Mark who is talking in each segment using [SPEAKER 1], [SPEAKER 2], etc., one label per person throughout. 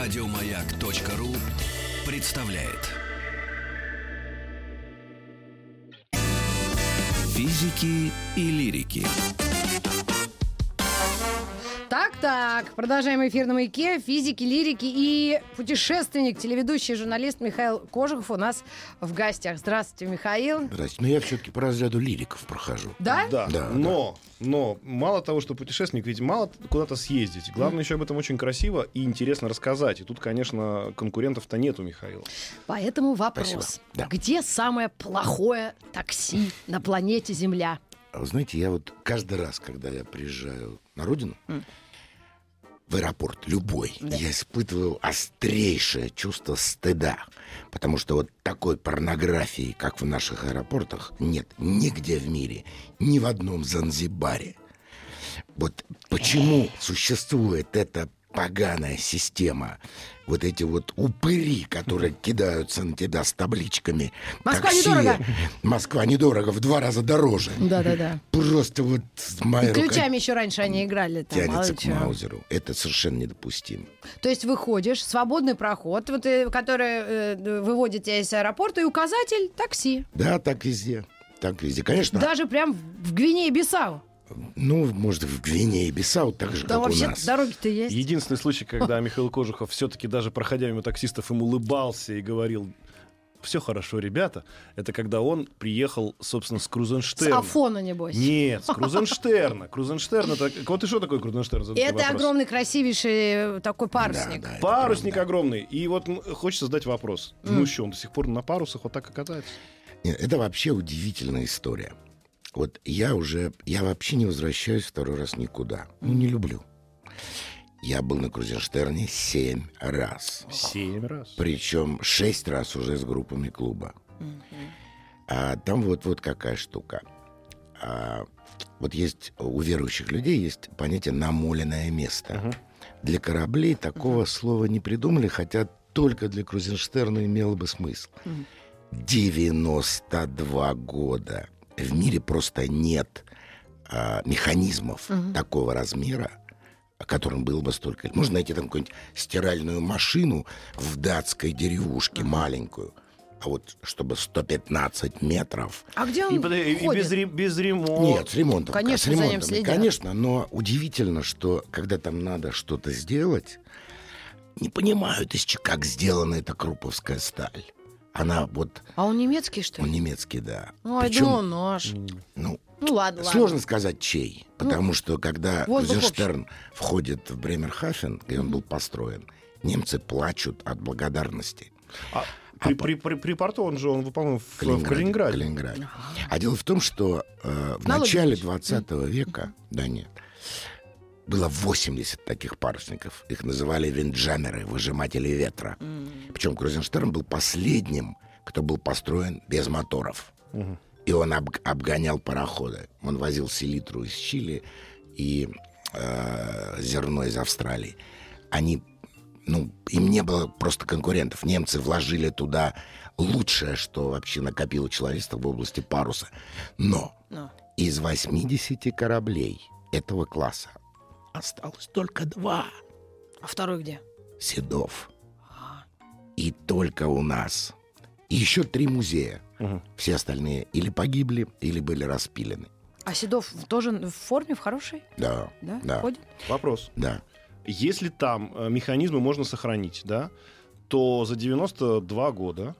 [SPEAKER 1] Радиомаяк.ру представляет. Физики и лирики.
[SPEAKER 2] Так-так, продолжаем эфир на маяке. Физики, лирики и путешественник, телеведущий и журналист Михаил Кожухов у нас в гостях. Здравствуйте, Михаил.
[SPEAKER 3] Здрасте. Но Ну, я все-таки по разряду лириков прохожу.
[SPEAKER 2] Да?
[SPEAKER 4] Да,
[SPEAKER 3] Да,
[SPEAKER 4] но, но мало того, что путешественник, ведь мало т- куда-то съездить. Главное еще об этом очень красиво и интересно рассказать. И тут, конечно, конкурентов-то нету, Михаил.
[SPEAKER 2] Поэтому вопрос.
[SPEAKER 3] Спасибо. Да.
[SPEAKER 2] Где самое плохое такси на планете Земля?
[SPEAKER 3] А вы знаете, я вот каждый раз, когда я приезжаю на родину, в аэропорт любой, я испытываю острейшее чувство стыда. Потому что вот такой порнографии, как в наших аэропортах, нет нигде в мире, ни в одном Занзибаре. Вот почему существует эта поганая система, вот эти вот упыри, которые кидаются на тебя с табличками.
[SPEAKER 2] Москва
[SPEAKER 3] «Такси»,
[SPEAKER 2] недорого.
[SPEAKER 3] Москва недорого, в два раза дороже.
[SPEAKER 2] Да-да-да.
[SPEAKER 3] Просто вот моя рука
[SPEAKER 2] Ключами еще раньше они играли. Там, мало
[SPEAKER 3] тянется к
[SPEAKER 2] чего.
[SPEAKER 3] Маузеру. Это совершенно недопустимо.
[SPEAKER 2] То есть выходишь, свободный проход, вот, э, который э, выводит тебя из аэропорта, и указатель такси.
[SPEAKER 3] Да, так везде. Так везде. Конечно,
[SPEAKER 2] Даже прям в в Гвинее-Бисау.
[SPEAKER 3] ну, может, в Гвине и Бисау так же,
[SPEAKER 2] Да
[SPEAKER 3] как у
[SPEAKER 2] вообще
[SPEAKER 3] нас.
[SPEAKER 2] дороги-то есть.
[SPEAKER 4] Единственный случай, когда Михаил Кожухов все-таки даже проходя мимо таксистов им улыбался и говорил «Все хорошо, ребята», это когда он приехал, собственно, с
[SPEAKER 2] С
[SPEAKER 4] Крузенштерна.
[SPEAKER 2] Афона, небось.
[SPEAKER 4] Нет, с Крузенштерна. Крузенштерн это... Вот ты что такое Крузенштерн? Задайте
[SPEAKER 2] Это
[SPEAKER 4] вопрос.
[SPEAKER 2] огромный, красивейший э, такой парусник.
[SPEAKER 3] Да, да, это
[SPEAKER 4] Парусник
[SPEAKER 3] правда.
[SPEAKER 4] огромный. И вот м, хочется задать вопрос. Ну еще, он до сих пор на парусах вот так и катается?
[SPEAKER 3] Нет, это вообще удивительная история. Вот я уже, я вообще не возвращаюсь второй раз никуда. Ну, не люблю. Я был на Крузенштерне семь раз.
[SPEAKER 4] Семь раз.
[SPEAKER 3] Причем шесть раз уже с группами клуба. А там вот, вот какая штука. А, вот есть у верующих людей есть понятие намоленное место. Для кораблей такого слова не придумали, хотя только для Крузенштерна имело бы смысл. 92 года. В мире просто нет а, механизмов такого размера, которым было бы столько. Можно найти там какую-нибудь стиральную машину в датской деревушке маленькую. А вот чтобы 115 метров
[SPEAKER 2] А где он
[SPEAKER 4] И, под- и- и
[SPEAKER 2] ходит?
[SPEAKER 4] без, ре- без ремонта.
[SPEAKER 3] нет, с ремонтом.
[SPEAKER 2] Конечно,
[SPEAKER 3] с
[SPEAKER 2] за ним
[SPEAKER 3] ремонтом,
[SPEAKER 2] следят.
[SPEAKER 3] Конечно, но удивительно, что когда там надо что-то сделать, не понимают, из чего- как сделана эта круповская сталь. Она вот,
[SPEAKER 2] А он немецкий, что
[SPEAKER 3] он
[SPEAKER 2] ли?
[SPEAKER 3] немецкий, да.
[SPEAKER 2] Ой,
[SPEAKER 3] Причем,
[SPEAKER 2] ну он наш.
[SPEAKER 3] ну,
[SPEAKER 2] Ну ладно, Ну,
[SPEAKER 3] сложно
[SPEAKER 2] ладно.
[SPEAKER 3] сказать, чей. Потому что когда
[SPEAKER 2] воздух
[SPEAKER 3] Крузенштерн входит в Бремерхафен, где он был построен, немцы плачут от благодарности.
[SPEAKER 4] А при, при- при- при порту он же, он, по-моему, в, в Калининграде.
[SPEAKER 3] Калининграде. А дело в том, что э, в
[SPEAKER 2] Налоги
[SPEAKER 3] начале
[SPEAKER 2] платишь.
[SPEAKER 3] 20 века, да нет, было 80 таких парусников. Их называли винджамеры, выжиматели ветра. Причем Крузенштерн был последним, кто был построен без моторов. И он об- обгонял пароходы. Он возил селитру из Чили и э, зерно из Австралии. Они, ну, им не было просто конкурентов. Немцы вложили туда лучшее, что вообще накопило человечество в области паруса. Но
[SPEAKER 2] Ну.
[SPEAKER 3] из 80 кораблей этого класса осталось только два
[SPEAKER 2] А второй где? А,
[SPEAKER 3] седов. И только у нас. И еще три музея. Все остальные или погибли, или были распилены.
[SPEAKER 2] А Седов тоже в форме, в хорошей?
[SPEAKER 3] Да,
[SPEAKER 2] Да?
[SPEAKER 3] да,
[SPEAKER 2] Ходит?
[SPEAKER 4] Вопрос.
[SPEAKER 3] да.
[SPEAKER 4] Если там э, механизмы можно сохранить, да, то за 92 года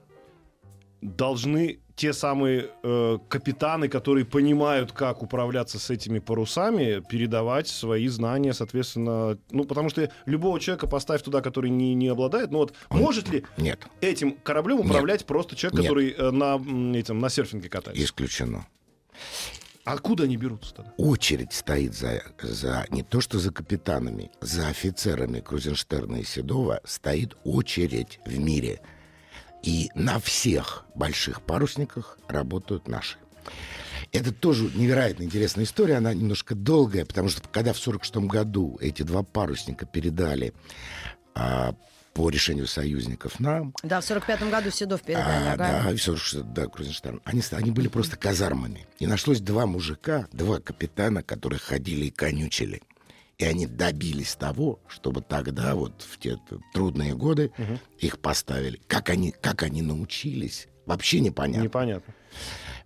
[SPEAKER 4] должны те самые э, капитаны, которые понимают, как управляться с этими парусами, передавать свои знания, соответственно, ну, потому что любого человека поставь туда, который не, не обладает, ну вот, может ли
[SPEAKER 3] Нет,
[SPEAKER 4] этим кораблем
[SPEAKER 3] Нет.
[SPEAKER 4] управлять просто человек,
[SPEAKER 3] Нет.
[SPEAKER 4] который э, на, м, этом, на серфинге катается? А
[SPEAKER 3] исключено.
[SPEAKER 4] Откуда они берутся тогда?
[SPEAKER 3] Очередь стоит за, за не то что за капитанами, за офицерами Крузенштерна и Седова стоит очередь в мире. И на всех больших парусниках работают наши. Это тоже невероятно интересная история, она немножко долгая, потому что когда в 1946 году эти два парусника передали а, по решению союзников нам,
[SPEAKER 2] Да, в сорок пятом году Седов передали.
[SPEAKER 3] а,
[SPEAKER 2] ага.
[SPEAKER 3] да, и всё, что- да, Крузенштерн. Они, ста- они были просто казармами. И нашлось два мужика, два капитана, которые ходили и конючили. И они добились того, чтобы тогда, вот в те т- трудные годы,
[SPEAKER 4] Мгм.
[SPEAKER 3] их поставили. Как они, как они научились, вообще непонятно.
[SPEAKER 4] Непонятно.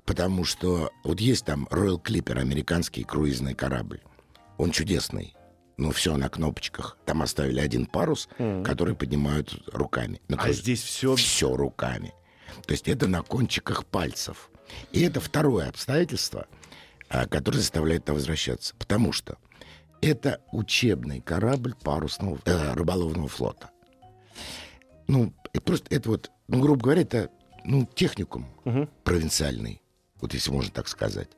[SPEAKER 3] Потому что вот есть там Royal Clipper, американский круизный корабль. Он чудесный. но все на кнопочках. Там оставили один парус,
[SPEAKER 4] Мгм.
[SPEAKER 3] который поднимают руками. На
[SPEAKER 4] А здесь все...
[SPEAKER 3] все руками. То есть это на кончиках пальцев. И это второе обстоятельство, а, которое заставляет нас возвращаться. Потому что это учебный корабль парусного э, рыболовного флота. Ну, и просто это вот, ну, грубо говоря, это ну, техникум
[SPEAKER 4] Мгм.
[SPEAKER 3] провинциальный, вот если можно так сказать,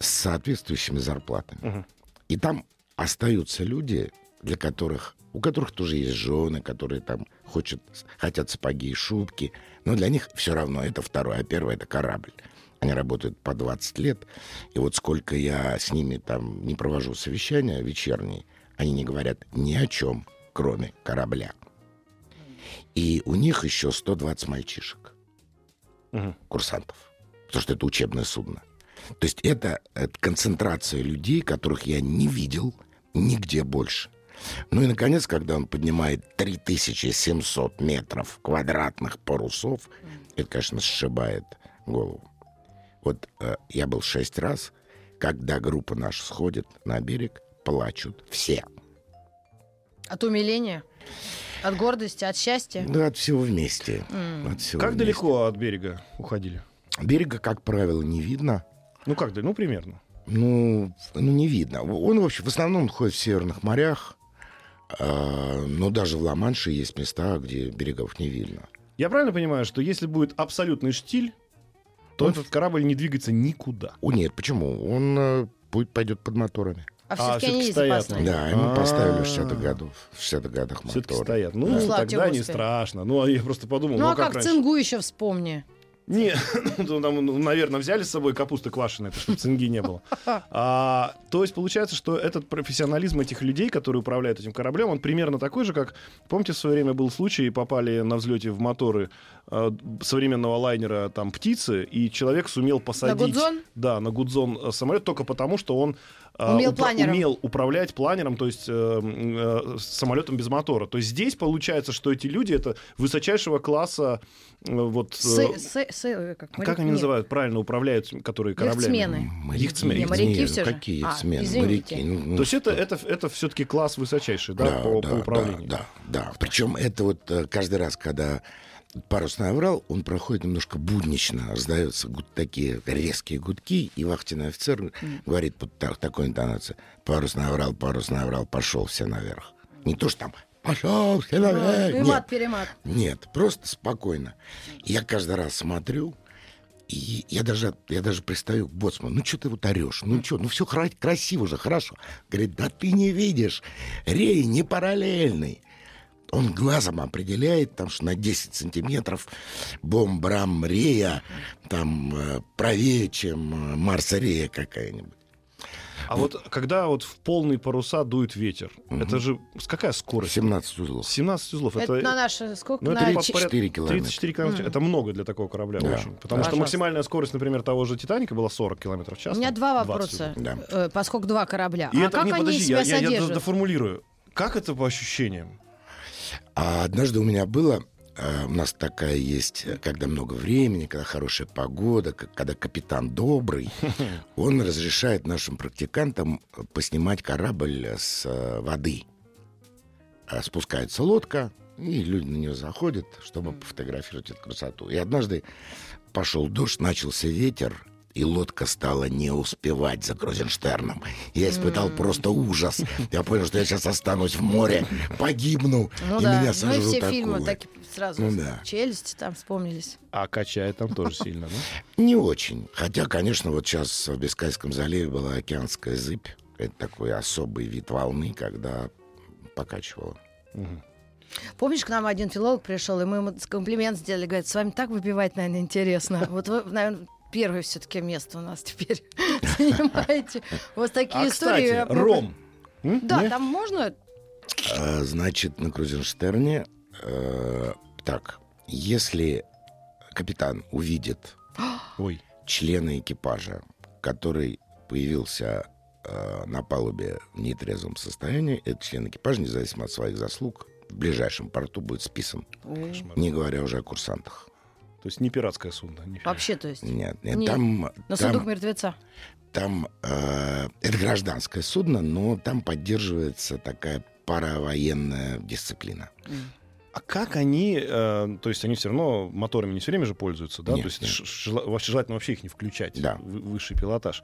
[SPEAKER 3] с соответствующими зарплатами.
[SPEAKER 4] Мгм.
[SPEAKER 3] И там остаются люди, для которых, у которых тоже есть жены, которые там хочет, хотят сапоги и шубки, но для них все равно это второе, а первое это корабль. Они работают по 20 лет, и вот сколько я с ними там не провожу совещания вечерние, они не говорят ни о чем, кроме корабля. И у них еще 120 мальчишек
[SPEAKER 4] Мгм.
[SPEAKER 3] курсантов, потому что это учебное судно. То есть это, э, концентрация людей, которых я не видел нигде больше. Ну и, наконец, когда он поднимает 3700 метров квадратных парусов, это, конечно, сшибает голову. Вот э, я был шесть раз, когда группа наша сходит на берег, плачут все.
[SPEAKER 2] От умиления? От гордости? От счастья?
[SPEAKER 3] Да, Ну, от всего вместе.
[SPEAKER 2] М.
[SPEAKER 3] От всего
[SPEAKER 4] Как
[SPEAKER 3] вместе.
[SPEAKER 4] далеко от берега уходили?
[SPEAKER 3] Берега, как правило, не видно.
[SPEAKER 4] Ну как, да- ну примерно.
[SPEAKER 3] Ну, ну, не видно. Он вообще в основном ходит в северных морях, а, но даже в Ла-Манше есть места, где берегов не видно.
[SPEAKER 4] Я правильно понимаю, что если будет абсолютный штиль, то
[SPEAKER 3] Он-
[SPEAKER 4] этот корабль не двигается никуда.
[SPEAKER 3] О, нет, почему? Он э, пу- пойдет под моторами.
[SPEAKER 2] А все-таки
[SPEAKER 4] всё-таки
[SPEAKER 2] они есть
[SPEAKER 4] стоят,
[SPEAKER 2] запасные.
[SPEAKER 3] Да, ему поставили в 60-х
[SPEAKER 4] А.
[SPEAKER 3] годах, в 60-х годах
[SPEAKER 4] Все-таки
[SPEAKER 3] моторы.
[SPEAKER 4] стоят. Ну,
[SPEAKER 2] Ну, слава тебе,
[SPEAKER 4] тогда не
[SPEAKER 2] Господи.
[SPEAKER 4] страшно. Ну, а я просто подумал,
[SPEAKER 2] Ну а как
[SPEAKER 4] раньше?
[SPEAKER 2] цингу еще вспомни.
[SPEAKER 4] Не, ну, там, ну, наверное, взяли с собой капусты квашеной, потому что цинги не было. А, то есть получается, что этот профессионализм этих людей, которые управляют этим кораблем, он примерно такой же, как, помните, в свое время был случай, попали на взлете в моторы э, современного лайнера там птицы, и человек сумел посадить...
[SPEAKER 2] Гудзон?
[SPEAKER 4] Да, на Гудзон э, самолет, только потому, что он э,
[SPEAKER 2] Умел
[SPEAKER 4] упра-
[SPEAKER 2] планером.
[SPEAKER 4] умел управлять планером, то есть э, м, э, самолетом без мотора. То есть здесь получается, что эти люди это высочайшего класса э, вот...
[SPEAKER 2] Сы-
[SPEAKER 4] э,
[SPEAKER 2] сы- сы- как
[SPEAKER 4] как они
[SPEAKER 2] нет.
[SPEAKER 4] называют? Правильно управляют, которые кораблями.
[SPEAKER 2] Яхтсмены.
[SPEAKER 3] Моряки,
[SPEAKER 4] Яхтсмены.
[SPEAKER 2] Не, моряки
[SPEAKER 3] Нет, ну,
[SPEAKER 2] всё же.
[SPEAKER 3] Какие
[SPEAKER 2] А,
[SPEAKER 3] яхтсмены?
[SPEAKER 2] извините.
[SPEAKER 3] Моряки. Ну, ну,
[SPEAKER 4] То есть это,
[SPEAKER 3] что?
[SPEAKER 4] это, это все-таки класс высочайший, да, по, по управлению.
[SPEAKER 3] Да, да, Причем это вот э, каждый раз, когда парусный аврал, он проходит немножко буднично, раздаются гуд- такие резкие гудки, и вахтенный офицер говорит под та- такой интонацией, парусный аврал, парусный аврал, пошел все наверх. Не то, что там пошел все
[SPEAKER 2] Ну,
[SPEAKER 3] наверх.
[SPEAKER 2] и
[SPEAKER 3] э, Нет.
[SPEAKER 2] мат-перемат.
[SPEAKER 3] Нет, просто спокойно. Я каждый раз смотрю, и я даже, я даже пристаю к боцману. Ну, что ты вот орешь? Ну, что? Ну, все красиво же, хорошо. Говорит, да ты не видишь. Рей не параллельный. Он глазом определяет, там, что на 10 сантиметров бомбрам Рея, там, э, правее, чем э, Марса Рея какая-нибудь.
[SPEAKER 4] А вот когда вот в полный паруса дует ветер, это же с какая скорость?
[SPEAKER 3] 17 узлов.
[SPEAKER 4] 17 узлов.
[SPEAKER 2] Это,
[SPEAKER 4] Это,
[SPEAKER 2] на наши сколько?
[SPEAKER 4] ну, это
[SPEAKER 2] на
[SPEAKER 4] по-
[SPEAKER 2] ч-
[SPEAKER 4] порядка
[SPEAKER 3] 4 километра.
[SPEAKER 4] 34 километра. Это много для такого корабля
[SPEAKER 3] Да.
[SPEAKER 4] очень. Потому что
[SPEAKER 2] Пожалуйста.
[SPEAKER 4] максимальная скорость, например, того же «Титаника» была 40 километров в
[SPEAKER 2] У
[SPEAKER 4] час.
[SPEAKER 2] меня
[SPEAKER 4] ну,
[SPEAKER 2] два
[SPEAKER 4] 20
[SPEAKER 2] вопроса,
[SPEAKER 4] узлов.
[SPEAKER 3] да.
[SPEAKER 2] э, поскольку два корабля.
[SPEAKER 4] И
[SPEAKER 2] а
[SPEAKER 4] это,
[SPEAKER 2] как
[SPEAKER 4] не,
[SPEAKER 2] они
[SPEAKER 4] подожди,
[SPEAKER 2] себя
[SPEAKER 4] я, я, я
[SPEAKER 2] содержат?
[SPEAKER 4] до- доформулирую. Как это по ощущениям?
[SPEAKER 3] А однажды у меня было, э, у нас такая есть, э, когда много времени, когда хорошая погода, к- когда капитан добрый, он разрешает нашим практикантам э, поснимать корабль э, с э, воды. А Спускается лодка, и люди на нее заходят, чтобы пофотографировать эту красоту. И однажды пошел дождь, начался ветер, и лодка стала не успевать за Крузенштерном. Я испытал просто ужас. Я понял, что я сейчас останусь в море, погибну,
[SPEAKER 2] Ну
[SPEAKER 3] и
[SPEAKER 2] да,
[SPEAKER 3] меня
[SPEAKER 2] ну и
[SPEAKER 3] сажут
[SPEAKER 2] все
[SPEAKER 3] акулы.
[SPEAKER 2] фильмы так сразу
[SPEAKER 3] Ну да.
[SPEAKER 2] челюсти там вспомнились.
[SPEAKER 4] А качает там тоже сильно, да?
[SPEAKER 3] Не очень. Хотя, конечно, вот сейчас в Бискайском заливе была океанская зыбь. Это такой особый вид волны, когда покачивало.
[SPEAKER 2] Помнишь, к нам один филолог пришел, и мы ему с- комплимент сделали, говорит, с вами так выпивать, наверное, интересно. Вот вы, наверное, первое все-таки место у нас теперь занимаете. Вот такие
[SPEAKER 4] А,
[SPEAKER 2] истории.
[SPEAKER 4] кстати,
[SPEAKER 2] я-
[SPEAKER 4] ром. М?
[SPEAKER 2] Да,
[SPEAKER 4] Не?
[SPEAKER 2] там можно?
[SPEAKER 3] А, Значит, на Крузенштерне э, так, если капитан увидит
[SPEAKER 4] Ой.
[SPEAKER 3] члена экипажа, который появился э, на палубе в нетрезвом состоянии, этот член экипажа, независимо от своих заслуг, в ближайшем порту будет списан,
[SPEAKER 4] Кошмар.
[SPEAKER 3] не говоря уже о курсантах.
[SPEAKER 4] То есть не пиратское судно. не-
[SPEAKER 2] Вообще, то есть.
[SPEAKER 3] Нет, нет,
[SPEAKER 2] Нет.
[SPEAKER 3] там,
[SPEAKER 2] На
[SPEAKER 3] там-
[SPEAKER 2] сундук мертвеца.
[SPEAKER 3] там, э, это гражданское судно, но там поддерживается такая паравоенная дисциплина.
[SPEAKER 4] А как они, э, то есть они все равно моторами не все время же пользуются, да?
[SPEAKER 3] Нет,
[SPEAKER 4] то есть
[SPEAKER 3] нет.
[SPEAKER 4] ж- жела- вообще желательно вообще их не включать
[SPEAKER 3] Да.
[SPEAKER 4] в высший пилотаж.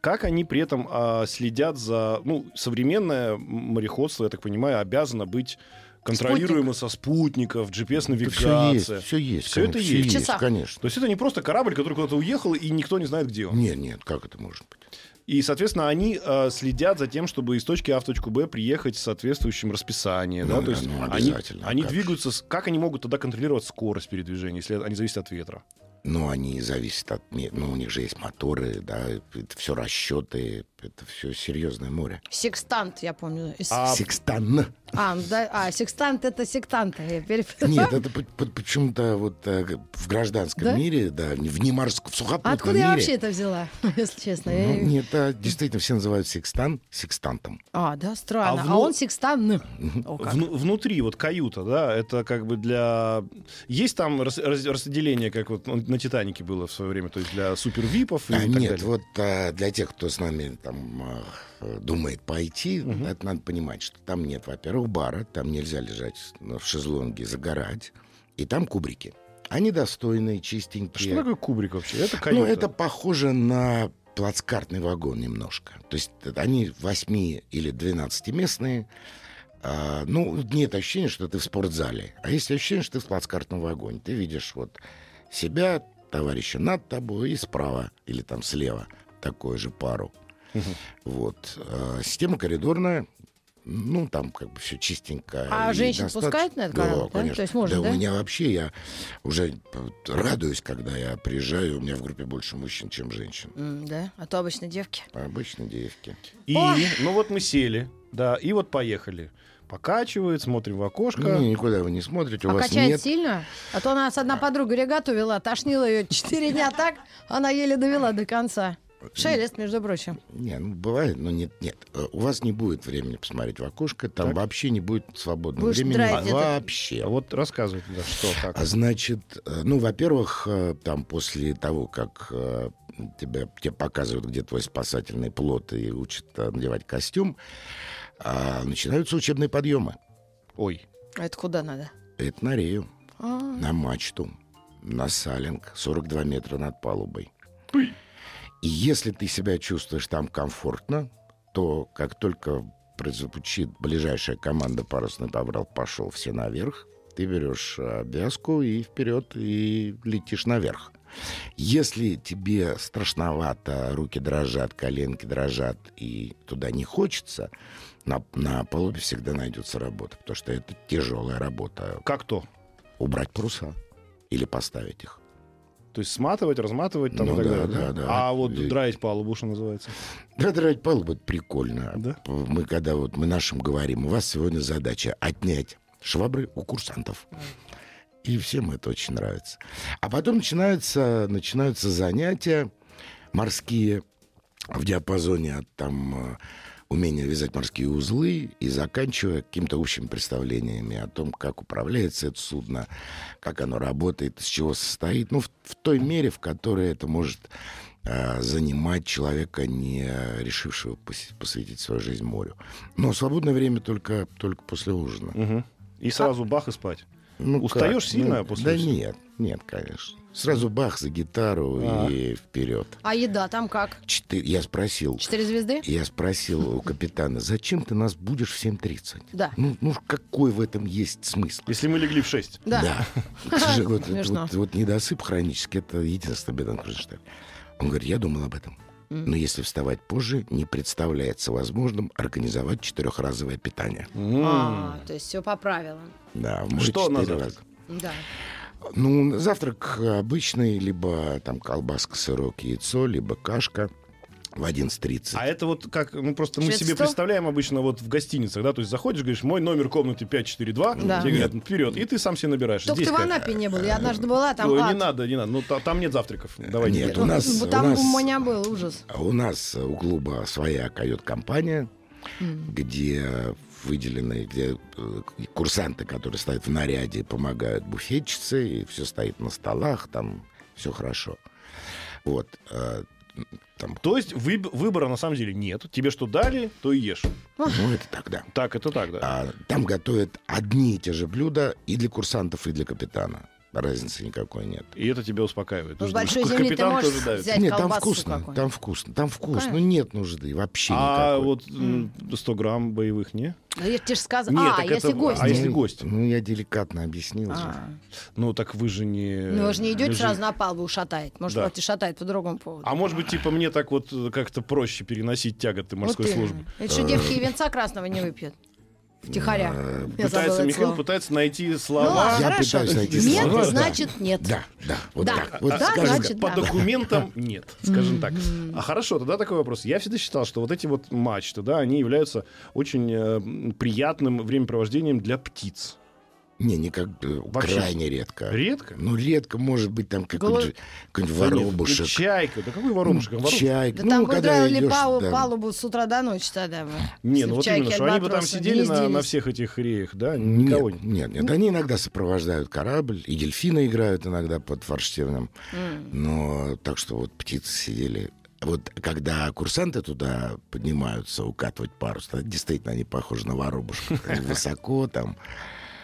[SPEAKER 4] Как они при этом а, следят за, ну, современное мореходство, я так понимаю, обязано быть контролируемо со спутников, GPS
[SPEAKER 3] все есть,
[SPEAKER 4] навигация.
[SPEAKER 3] все есть,
[SPEAKER 4] Всё это
[SPEAKER 3] всё
[SPEAKER 4] есть.
[SPEAKER 2] В часах.
[SPEAKER 3] конечно.
[SPEAKER 4] То есть это не просто корабль, который куда-то уехал и никто не знает, где он.
[SPEAKER 3] Нет, нет, как это может быть?
[SPEAKER 4] И, соответственно, они э, следят за тем, чтобы из точки А в точку Б приехать с соответствующим расписанием.
[SPEAKER 3] Ну
[SPEAKER 4] да?
[SPEAKER 3] да,
[SPEAKER 4] То есть
[SPEAKER 3] ну,
[SPEAKER 4] они,
[SPEAKER 3] обязательно,
[SPEAKER 4] они
[SPEAKER 3] как
[SPEAKER 4] двигаются... с- Как они могут тогда контролировать скорость передвижения, если они зависят от ветра?
[SPEAKER 3] Ну, они зависят от... ме- Ну, у них же есть моторы, да, это все расчеты, это все серьезное море.
[SPEAKER 2] Секстант, я помню. из-
[SPEAKER 4] А-
[SPEAKER 3] Секстан.
[SPEAKER 2] А, ну да, а, секстант это сектант. Я перепутала.
[SPEAKER 3] Нет, это по- по- почему-то вот э, г- в гражданском
[SPEAKER 2] Да?
[SPEAKER 3] мире, да, не- в немарском, в
[SPEAKER 2] А
[SPEAKER 3] сухопутном
[SPEAKER 2] Откуда
[SPEAKER 3] мире.
[SPEAKER 2] я вообще это взяла, если честно? Я-
[SPEAKER 3] Ну, нет, а, действительно, все называют секстан секстантом.
[SPEAKER 2] А, да, странно.
[SPEAKER 4] А
[SPEAKER 2] А,
[SPEAKER 4] вну-
[SPEAKER 2] он секстант. ну, о, как.
[SPEAKER 4] Вну- внутри, вот каюта, да, это как бы для... Есть там рас- раз- разделение, как вот ну, на «Титанике» было в свое время, то есть для супер-випов и
[SPEAKER 3] А,
[SPEAKER 4] так
[SPEAKER 3] нет,
[SPEAKER 4] далее.
[SPEAKER 3] вот а, для тех, кто с нами там а, э, думает пойти, это надо понимать, что там нет, во-первых, бара, там нельзя лежать ну, в шезлонге, загорать, и там кубрики. Они достойные, чистенькие.
[SPEAKER 4] А Что такое кубрик вообще? Это каюта.
[SPEAKER 3] Ну, это похоже на плацкартный вагон немножко. То есть это они 8 или 12 местные. А, ну, нет ощущения, что ты в спортзале. А есть ощущение, что ты в плацкартном вагоне. Ты видишь вот себя, товарища над тобой и справа или там слева такую же пару.
[SPEAKER 4] Мгм.
[SPEAKER 3] Вот. А, система коридорная. Ну, там как бы все чистенько.
[SPEAKER 2] А
[SPEAKER 3] и
[SPEAKER 2] женщин
[SPEAKER 3] достаточно.
[SPEAKER 2] пускают на этот
[SPEAKER 3] Да,
[SPEAKER 2] корабль, да?
[SPEAKER 3] конечно.
[SPEAKER 2] То есть можно,
[SPEAKER 3] да,
[SPEAKER 2] да?
[SPEAKER 3] у меня вообще, я уже э, радуюсь, когда я приезжаю, у меня в группе больше мужчин, чем женщин.
[SPEAKER 2] М, Да, а то обычно девки.
[SPEAKER 3] А Обычно девки.
[SPEAKER 4] И,
[SPEAKER 2] Ой.
[SPEAKER 4] ну вот мы сели, да, и вот поехали. Покачивает, смотрим в окошко.
[SPEAKER 3] Не, Ну, никуда вы не смотрите, у
[SPEAKER 2] а
[SPEAKER 3] вас
[SPEAKER 2] качает
[SPEAKER 3] нет...
[SPEAKER 2] сильно? А то у нас одна подруга регату вела, тошнила ее четыре дня так, она еле довела до конца. Шелест, между прочим.
[SPEAKER 3] Не, ну бывает, но нет, нет. Э, У вас не будет времени посмотреть в окошко, там
[SPEAKER 4] Так.
[SPEAKER 3] вообще не будет свободного
[SPEAKER 2] Будешь
[SPEAKER 3] времени.
[SPEAKER 2] драйвить это.
[SPEAKER 3] вообще.
[SPEAKER 4] А Вот рассказывает, да, что, как.
[SPEAKER 3] А значит, э, ну, во-первых, э, там после того, как э, тебя, тебе показывают, где твой спасательный плот и учат э, надевать костюм, а, начинаются учебные подъемы.
[SPEAKER 4] Ой.
[SPEAKER 2] А это куда надо?
[SPEAKER 3] Это на Рею,
[SPEAKER 2] А,
[SPEAKER 3] на мачту, на салинг, 42 метра над палубой. И если ты себя чувствуешь там комфортно, то как только прозвучит ближайшая команда парусный побрал, пошел все наверх, ты берешь э, вязку и вперед, и летишь наверх. Если тебе страшновато, руки дрожат, коленки дрожат, и туда не хочется, на, на палубе всегда найдется работа, потому что это тяжелая работа.
[SPEAKER 4] Как то?
[SPEAKER 3] Убрать паруса или поставить их.
[SPEAKER 4] То есть сматывать, разматывать там
[SPEAKER 3] Ну
[SPEAKER 4] и так
[SPEAKER 3] да,
[SPEAKER 4] далее.
[SPEAKER 3] да, да.
[SPEAKER 4] А вот
[SPEAKER 3] И-
[SPEAKER 4] драить палубу, что называется.
[SPEAKER 3] Да, драть палубу, это прикольно.
[SPEAKER 4] Да?
[SPEAKER 3] Мы когда вот мы нашим говорим, у вас сегодня задача отнять швабры у курсантов. И всем это очень нравится. А потом начинаются, начинаются занятия морские в диапазоне от там э, умения вязать морские узлы и заканчивая какими-то общими представлениями о том, как управляется это судно, как оно работает, из чего состоит. Ну, в, в той мере, в которой это может э, занимать человека, не решившего пос- посвятить свою жизнь морю. Но свободное время только, только после ужина.
[SPEAKER 4] Мгм.
[SPEAKER 2] А
[SPEAKER 4] И сразу бах и спать.
[SPEAKER 3] Ну,
[SPEAKER 4] Устаешь сильно после
[SPEAKER 3] Да
[SPEAKER 4] ужина?
[SPEAKER 3] нет, нет, конечно. Сразу бах за гитару
[SPEAKER 4] А.
[SPEAKER 3] и вперед.
[SPEAKER 2] а еда там как?
[SPEAKER 3] Четы- Я спросил,
[SPEAKER 2] Четыре звезды?
[SPEAKER 3] я спросил у капитана, зачем ты нас будешь в 7.30?
[SPEAKER 2] Да.
[SPEAKER 3] Ну, ну какой в этом есть смысл?
[SPEAKER 4] Если мы легли в 6.
[SPEAKER 2] Да.
[SPEAKER 3] К сожалению, вот, это
[SPEAKER 2] Смешно.
[SPEAKER 3] вот- вот недосып хронический, это единственная беда Крузенштерна. Он говорит, я думал об этом.
[SPEAKER 2] М.
[SPEAKER 3] Но если вставать позже, не представляется возможным организовать четырехразовое питание.
[SPEAKER 2] А, то есть все по правилам.
[SPEAKER 3] Да, в море
[SPEAKER 4] Что на
[SPEAKER 3] четыре
[SPEAKER 4] завтрак?
[SPEAKER 3] раза.
[SPEAKER 2] Да.
[SPEAKER 3] Ну, завтрак обычный, либо там колбаска, сырок, яйцо, либо кашка. в 11.30.
[SPEAKER 4] А это вот как, ну просто мы
[SPEAKER 2] Швец
[SPEAKER 4] себе
[SPEAKER 2] стол?
[SPEAKER 4] представляем обычно вот в гостиницах, да, то есть заходишь, говоришь, мой номер комнаты 542,
[SPEAKER 2] Да.
[SPEAKER 4] тебе говорят, вперед, и ты сам себе набираешь.
[SPEAKER 2] Только
[SPEAKER 4] Здесь
[SPEAKER 2] ты в
[SPEAKER 4] как?
[SPEAKER 2] Анапе не был. Я однажды была, там
[SPEAKER 4] Ой,
[SPEAKER 2] ад.
[SPEAKER 4] не надо, не надо, ну та- там нет завтраков, давай.
[SPEAKER 3] Нет,
[SPEAKER 4] теперь.
[SPEAKER 3] у нас-
[SPEAKER 2] Ну,
[SPEAKER 3] у
[SPEAKER 2] Там
[SPEAKER 3] нас-
[SPEAKER 2] у меня был ужас.
[SPEAKER 3] А У нас э, у клуба своя кают-компания, где выделены, где э, курсанты, которые стоят в наряде, помогают буфетчице, и все стоит на столах, там все хорошо. Вот. э, Там,
[SPEAKER 4] То есть выб- выбора на самом деле нет, тебе что дали, то и ешь.
[SPEAKER 3] ну, это тогда.
[SPEAKER 4] Так, это так, да.
[SPEAKER 3] А там готовят одни и те же блюда и для курсантов, и для капитана. Разницы никакой нет.
[SPEAKER 4] И это тебя успокаивает.
[SPEAKER 2] Ну, с
[SPEAKER 4] Потому что
[SPEAKER 2] большой земли ты
[SPEAKER 4] капитан
[SPEAKER 2] можешь
[SPEAKER 4] тоже давит.
[SPEAKER 2] взять
[SPEAKER 3] нет, там
[SPEAKER 2] колбасу
[SPEAKER 3] вкусно,
[SPEAKER 2] какую-нибудь.
[SPEAKER 3] там вкусно, там вкусно,
[SPEAKER 2] Какая?
[SPEAKER 3] ну нет нужды вообще
[SPEAKER 4] А
[SPEAKER 3] никакой.
[SPEAKER 4] вот м, 100 грамм боевых, не?
[SPEAKER 2] Да Я тебе же сказала.
[SPEAKER 4] Нет,
[SPEAKER 2] а,
[SPEAKER 4] так
[SPEAKER 2] если
[SPEAKER 4] это-
[SPEAKER 2] гость.
[SPEAKER 4] а если гость?
[SPEAKER 3] Ну, я деликатно объяснил же.
[SPEAKER 2] А.
[SPEAKER 4] Ну, так вы же не...
[SPEAKER 2] Ну, вы же не идете
[SPEAKER 4] вы же-
[SPEAKER 2] сразу на палубу шатает. Может,
[SPEAKER 4] Да.
[SPEAKER 2] вот и шатает по другому поводу.
[SPEAKER 4] А может быть, типа, мне так вот э, как-то проще переносить тяготы
[SPEAKER 2] Вот
[SPEAKER 4] морской
[SPEAKER 2] именно.
[SPEAKER 4] службы.
[SPEAKER 2] Это что, девки и венца красного не выпьют. Втихаря. Я забыла
[SPEAKER 4] Пытается,
[SPEAKER 2] это
[SPEAKER 4] Михаил
[SPEAKER 2] слово.
[SPEAKER 4] пытается найти
[SPEAKER 2] Ну
[SPEAKER 4] слова.
[SPEAKER 2] ладно,
[SPEAKER 3] Я
[SPEAKER 2] хорошо.
[SPEAKER 3] пытаюсь найти
[SPEAKER 2] Нет,
[SPEAKER 3] слова, да.
[SPEAKER 2] значит нет.
[SPEAKER 3] Да, да, вот
[SPEAKER 2] Да.
[SPEAKER 3] так. Вот
[SPEAKER 2] Да,
[SPEAKER 3] скажем
[SPEAKER 2] значит,
[SPEAKER 3] так.
[SPEAKER 4] По
[SPEAKER 2] да.
[SPEAKER 4] документам нет, скажем так. А хорошо, тогда такой вопрос. Я всегда считал, что вот эти вот мачты, да, они являются очень э, м, приятным времяпровождением для птиц.
[SPEAKER 3] Не, никак, э,
[SPEAKER 4] Вообще.
[SPEAKER 3] крайне редко.
[SPEAKER 4] Редко?
[SPEAKER 3] Ну, редко, может быть, там
[SPEAKER 2] Голо-
[SPEAKER 3] какой-нибудь, же- какой-нибудь
[SPEAKER 4] Да нет,
[SPEAKER 3] воробушек.
[SPEAKER 4] ну, чайка, да какой воробушек? а
[SPEAKER 3] Ну,
[SPEAKER 4] Воробушек.
[SPEAKER 3] Чайка.
[SPEAKER 2] Да там
[SPEAKER 3] ну,
[SPEAKER 2] бы
[SPEAKER 3] когда
[SPEAKER 2] драли
[SPEAKER 3] идешь,
[SPEAKER 2] палу-
[SPEAKER 3] да.
[SPEAKER 2] палубу с утра до ночи тогда бы.
[SPEAKER 4] Не,
[SPEAKER 2] Если
[SPEAKER 4] ну
[SPEAKER 2] в
[SPEAKER 4] вот
[SPEAKER 2] чайке
[SPEAKER 4] именно, что они бы там
[SPEAKER 2] альбатросы не
[SPEAKER 4] сидели на, на
[SPEAKER 2] ездились.
[SPEAKER 4] всех этих реях, да, никого
[SPEAKER 3] Нет,
[SPEAKER 4] не...
[SPEAKER 3] нет, нет. Они иногда сопровождают корабль, и дельфины играют иногда под форштевнем. Но так что вот птицы сидели. Вот когда курсанты туда поднимаются укатывать парус, тогда действительно они похожи на воробушек. Они Высоко там.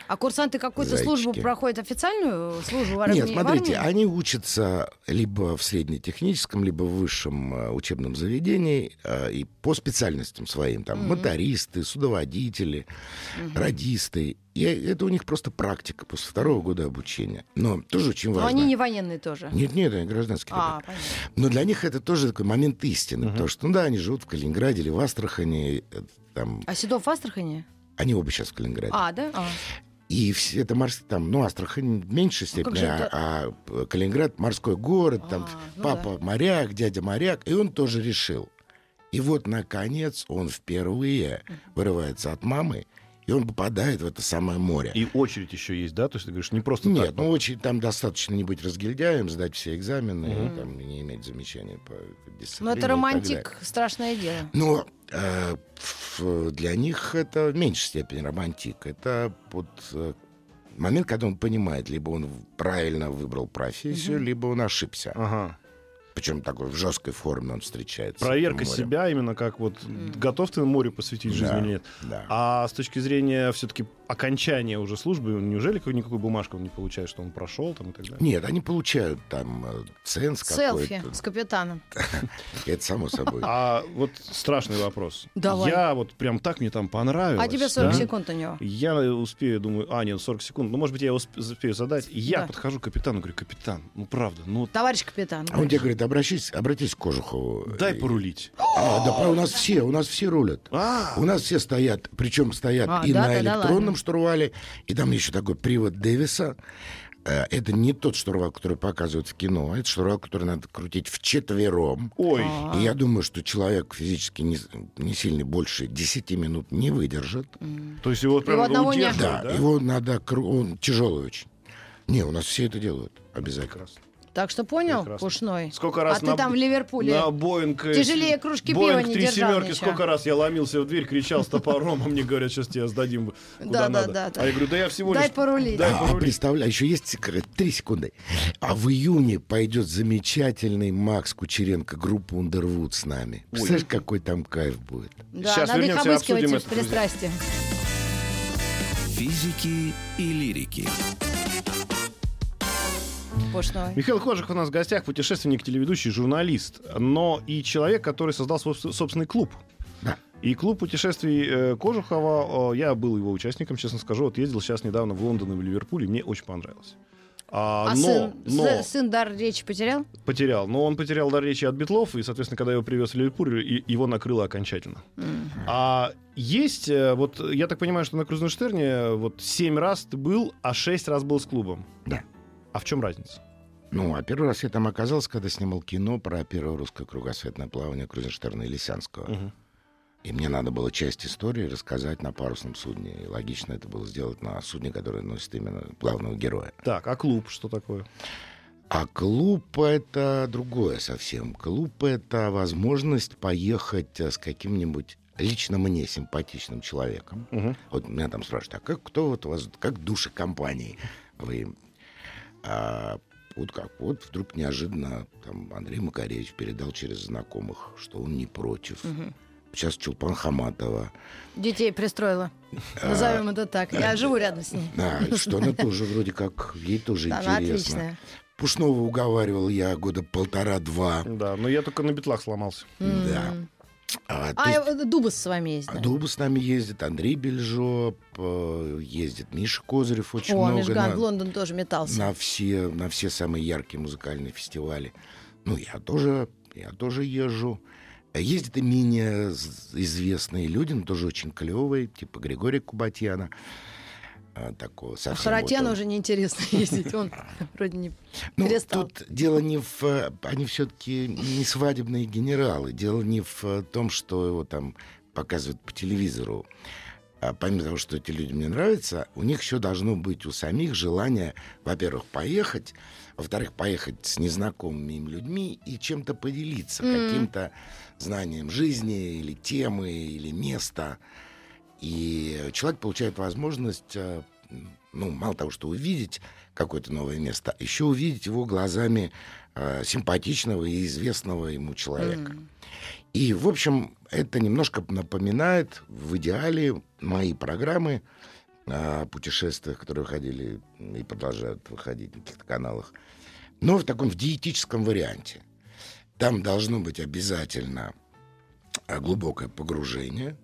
[SPEAKER 2] А курсанты какую-то
[SPEAKER 3] Зайчики.
[SPEAKER 2] службу проходят официальную службу в армии?
[SPEAKER 3] Нет, смотрите,
[SPEAKER 2] в армии?
[SPEAKER 3] они учатся либо в среднетехническом, либо в высшем э, учебном заведении э, и по специальностям своим, там мотористы, судоводители, радисты. И это у них просто практика после второго года обучения. Но тоже очень
[SPEAKER 2] Но
[SPEAKER 3] важно.
[SPEAKER 2] они не военные тоже.
[SPEAKER 3] Нет, нет, они гражданские.
[SPEAKER 2] А,
[SPEAKER 3] ребята.
[SPEAKER 2] понятно.
[SPEAKER 3] Но для них это тоже такой момент истины, потому что, ну да, они живут в Калининграде или в Астрахани, э, там,
[SPEAKER 2] А Седов в Астрахани?
[SPEAKER 3] они оба сейчас в Калининграде.
[SPEAKER 2] А, да? А.
[SPEAKER 3] И все это морс... там, ну, Астрахань в меньшей
[SPEAKER 2] Ну, как
[SPEAKER 3] степени,
[SPEAKER 2] же
[SPEAKER 3] а,
[SPEAKER 2] это-
[SPEAKER 3] а п- Калининград морской город, там
[SPEAKER 2] А, ну
[SPEAKER 3] папа моряк, дядя моряк, и он тоже решил. И вот, наконец, он впервые вырывается от мамы, и он попадает в это самое море.
[SPEAKER 4] И очередь еще есть, да? То есть ты говоришь, не просто
[SPEAKER 3] Нет,
[SPEAKER 4] так.
[SPEAKER 3] ну очень там достаточно не быть разгильдяем, сдать все экзамены, и там не иметь замечаний по
[SPEAKER 2] Ну,
[SPEAKER 3] дисциплине. и
[SPEAKER 2] это
[SPEAKER 3] так
[SPEAKER 2] романтик,
[SPEAKER 3] далее.
[SPEAKER 2] страшное дело.
[SPEAKER 3] Но э, ф- для них это в меньшей степени романтик. Это вот э, момент, когда он понимает, либо он правильно выбрал профессию, либо он ошибся.
[SPEAKER 4] Ага.
[SPEAKER 3] Причем такой в жесткой форме он встречается. с
[SPEAKER 4] Проверка
[SPEAKER 3] этим морем.
[SPEAKER 4] себя именно как вот готов ты морю посвятить жизнь
[SPEAKER 3] Да,
[SPEAKER 4] или нет.
[SPEAKER 3] да.
[SPEAKER 4] А с точки зрения все-таки окончания уже службы, неужели какой- никакой бумажки он не получает, что он прошел там и так далее?
[SPEAKER 3] Нет, они получают там э, ценз
[SPEAKER 2] Селфи
[SPEAKER 3] какой-то.
[SPEAKER 2] с капитаном.
[SPEAKER 3] Это само собой.
[SPEAKER 4] А вот страшный вопрос.
[SPEAKER 2] Давай.
[SPEAKER 4] Я вот прям так мне там понравилось.
[SPEAKER 2] А тебе 40
[SPEAKER 4] да?
[SPEAKER 2] секунд у него.
[SPEAKER 4] Я успею, думаю, а, нет, 40 секунд. Ну, может быть, я его усп- успею задать. И я
[SPEAKER 2] Да.
[SPEAKER 4] подхожу к капитану, говорю, капитан, ну правда, ну
[SPEAKER 2] Товарищ капитан.
[SPEAKER 3] А он тебе говорит, обращись, обратись к Кожухову.
[SPEAKER 4] дай
[SPEAKER 3] И-
[SPEAKER 4] порулить.
[SPEAKER 3] А, да, по- у нас все, у нас все рулят.
[SPEAKER 4] А,
[SPEAKER 3] У нас все стоят, причем стоят
[SPEAKER 2] А,
[SPEAKER 3] и
[SPEAKER 2] да,
[SPEAKER 3] на
[SPEAKER 2] да, да,
[SPEAKER 3] электронном
[SPEAKER 2] ладно.
[SPEAKER 3] штурвале, и там еще такой привод Дэвиса. Э, Это не тот штурвал, который показывают в кино, а это штурвал, который надо крутить вчетвером.
[SPEAKER 4] ой.
[SPEAKER 2] А.
[SPEAKER 3] И я думаю, что человек физически не, с- не сильно больше 10 минут не выдержит.
[SPEAKER 4] То есть его прям
[SPEAKER 2] одного не-
[SPEAKER 4] удерживают,
[SPEAKER 3] Да,
[SPEAKER 4] да?
[SPEAKER 3] его надо... кру- Он тяжелый очень. Не, у нас все это делают обязательно.
[SPEAKER 4] Прекрасно.
[SPEAKER 2] Так что понял,
[SPEAKER 4] Прекрасно.
[SPEAKER 2] Пушной?
[SPEAKER 4] Сколько раз
[SPEAKER 2] А ты
[SPEAKER 4] на-
[SPEAKER 2] там в Ливерпуле.
[SPEAKER 4] На Боинг... э,
[SPEAKER 2] Тяжелее кружки пива
[SPEAKER 4] Боинг
[SPEAKER 2] не
[SPEAKER 4] три
[SPEAKER 2] держал
[SPEAKER 4] семерки.
[SPEAKER 2] ничего.
[SPEAKER 4] Сколько раз я ломился в дверь, кричал с топором, а мне говорят, сейчас тебя сдадим куда
[SPEAKER 2] Да, да,
[SPEAKER 4] надо.
[SPEAKER 2] да, да.
[SPEAKER 4] А я говорю, да я всего лишь...
[SPEAKER 2] Дай порулить.
[SPEAKER 4] Дай
[SPEAKER 3] А, а
[SPEAKER 4] порулить.
[SPEAKER 3] представляю, еще есть секрет. Три секунды. А в июне пойдет замечательный Макс Кучеренко, группа Underwood с нами. Представляешь, какой там кайф будет?
[SPEAKER 2] Да,
[SPEAKER 4] Сейчас
[SPEAKER 2] надо их
[SPEAKER 4] вернемся и обсудим
[SPEAKER 2] обыскивать
[SPEAKER 4] это,
[SPEAKER 2] в
[SPEAKER 4] друзья.
[SPEAKER 2] пристрастии.
[SPEAKER 1] Физики и лирики.
[SPEAKER 2] Пушной.
[SPEAKER 4] Михаил Кожих у нас в гостях, путешественник, телеведущий, журналист, но и человек, который создал свой соб- собственный клуб.
[SPEAKER 3] Да.
[SPEAKER 4] И клуб путешествий э, Кожухова, э, я был его участником, честно скажу, вот ездил сейчас недавно в Лондон и в Ливерпуль, и мне очень понравилось. А,
[SPEAKER 2] А
[SPEAKER 4] но,
[SPEAKER 2] сын,
[SPEAKER 4] но
[SPEAKER 2] сы- сын дар речи потерял?
[SPEAKER 4] потерял. Но он потерял дар речи от битлов, и, соответственно, когда его привез в Ливерпуль, и- его накрыло окончательно. А есть, э, вот я так понимаю, что на э, Крузенштерне вот семь раз ты был, а шесть раз был с клубом.
[SPEAKER 3] Да.
[SPEAKER 4] А в чем разница?
[SPEAKER 3] Ну, а первый раз я там оказался, когда снимал кино про первое русское кругосветное плавание Крузенштерна и Лисянского.
[SPEAKER 4] Мгм.
[SPEAKER 3] И мне надо было часть истории рассказать на парусном судне. И логично это было сделать на судне, которое носит именно главного героя.
[SPEAKER 4] Так, а клуб что такое?
[SPEAKER 3] А клуб — это другое совсем. Клуб — это возможность поехать э, с каким-нибудь лично мне симпатичным человеком.
[SPEAKER 4] Мгм.
[SPEAKER 3] Вот меня там спрашивают, а как, кто вот у вас, как души компании? Вы... А, вот как, вот вдруг неожиданно там, Андрей Макаревич передал через знакомых, что он не против. Сейчас Чулпан Хаматова.
[SPEAKER 2] Детей пристроила. Назовем это так. Я живу рядом с ней.
[SPEAKER 3] Да, и что она тоже вроде как, ей тоже
[SPEAKER 2] Она
[SPEAKER 3] интересно.
[SPEAKER 2] отличная.
[SPEAKER 3] Пушного уговаривал я года полтора-два.
[SPEAKER 4] Да, но я только на битлах сломался.
[SPEAKER 3] Да.
[SPEAKER 2] М.
[SPEAKER 3] А, то
[SPEAKER 2] А
[SPEAKER 3] есть
[SPEAKER 2] э, Дубас с вами ездит.
[SPEAKER 3] Дуба с нами ездит, Андрей Бельжо, п- ездит Миша Козырев очень
[SPEAKER 2] О,
[SPEAKER 3] много
[SPEAKER 2] Мишган
[SPEAKER 3] на-
[SPEAKER 2] в Лондон тоже метался.
[SPEAKER 3] на все, на все самые яркие музыкальные фестивали. Ну, я тоже, я тоже езжу. Ездят и менее з- известные люди, но тоже очень клевые, типа Григория Кубатьяна. а, Такого
[SPEAKER 2] А
[SPEAKER 3] совсем
[SPEAKER 2] Харатьяну
[SPEAKER 3] вот он.
[SPEAKER 2] уже неинтересно ездить. Он вроде не...
[SPEAKER 3] Ну,
[SPEAKER 2] перестал.
[SPEAKER 3] тут дело не в... э, Они все-таки не свадебные генералы. Дело не в э, том, что его там показывают по телевизору. А помимо того, что эти люди мне нравятся, у них еще должно быть у самих желание, во-первых, поехать, во-вторых, поехать с незнакомыми им людьми и чем-то поделиться,
[SPEAKER 2] Мгм.
[SPEAKER 3] каким-то знанием жизни или темы, или места. И человек получает возможность, э, ну, мало того, что увидеть какое-то новое место, еще увидеть его глазами э, симпатичного и известного ему человека.
[SPEAKER 2] М.
[SPEAKER 3] И, в общем, это немножко напоминает в идеале мои программы о путешествиях, которые выходили и продолжают выходить на каких-то каналах, но в таком в диетическом варианте. Там должно быть обязательно э, глубокое погружение,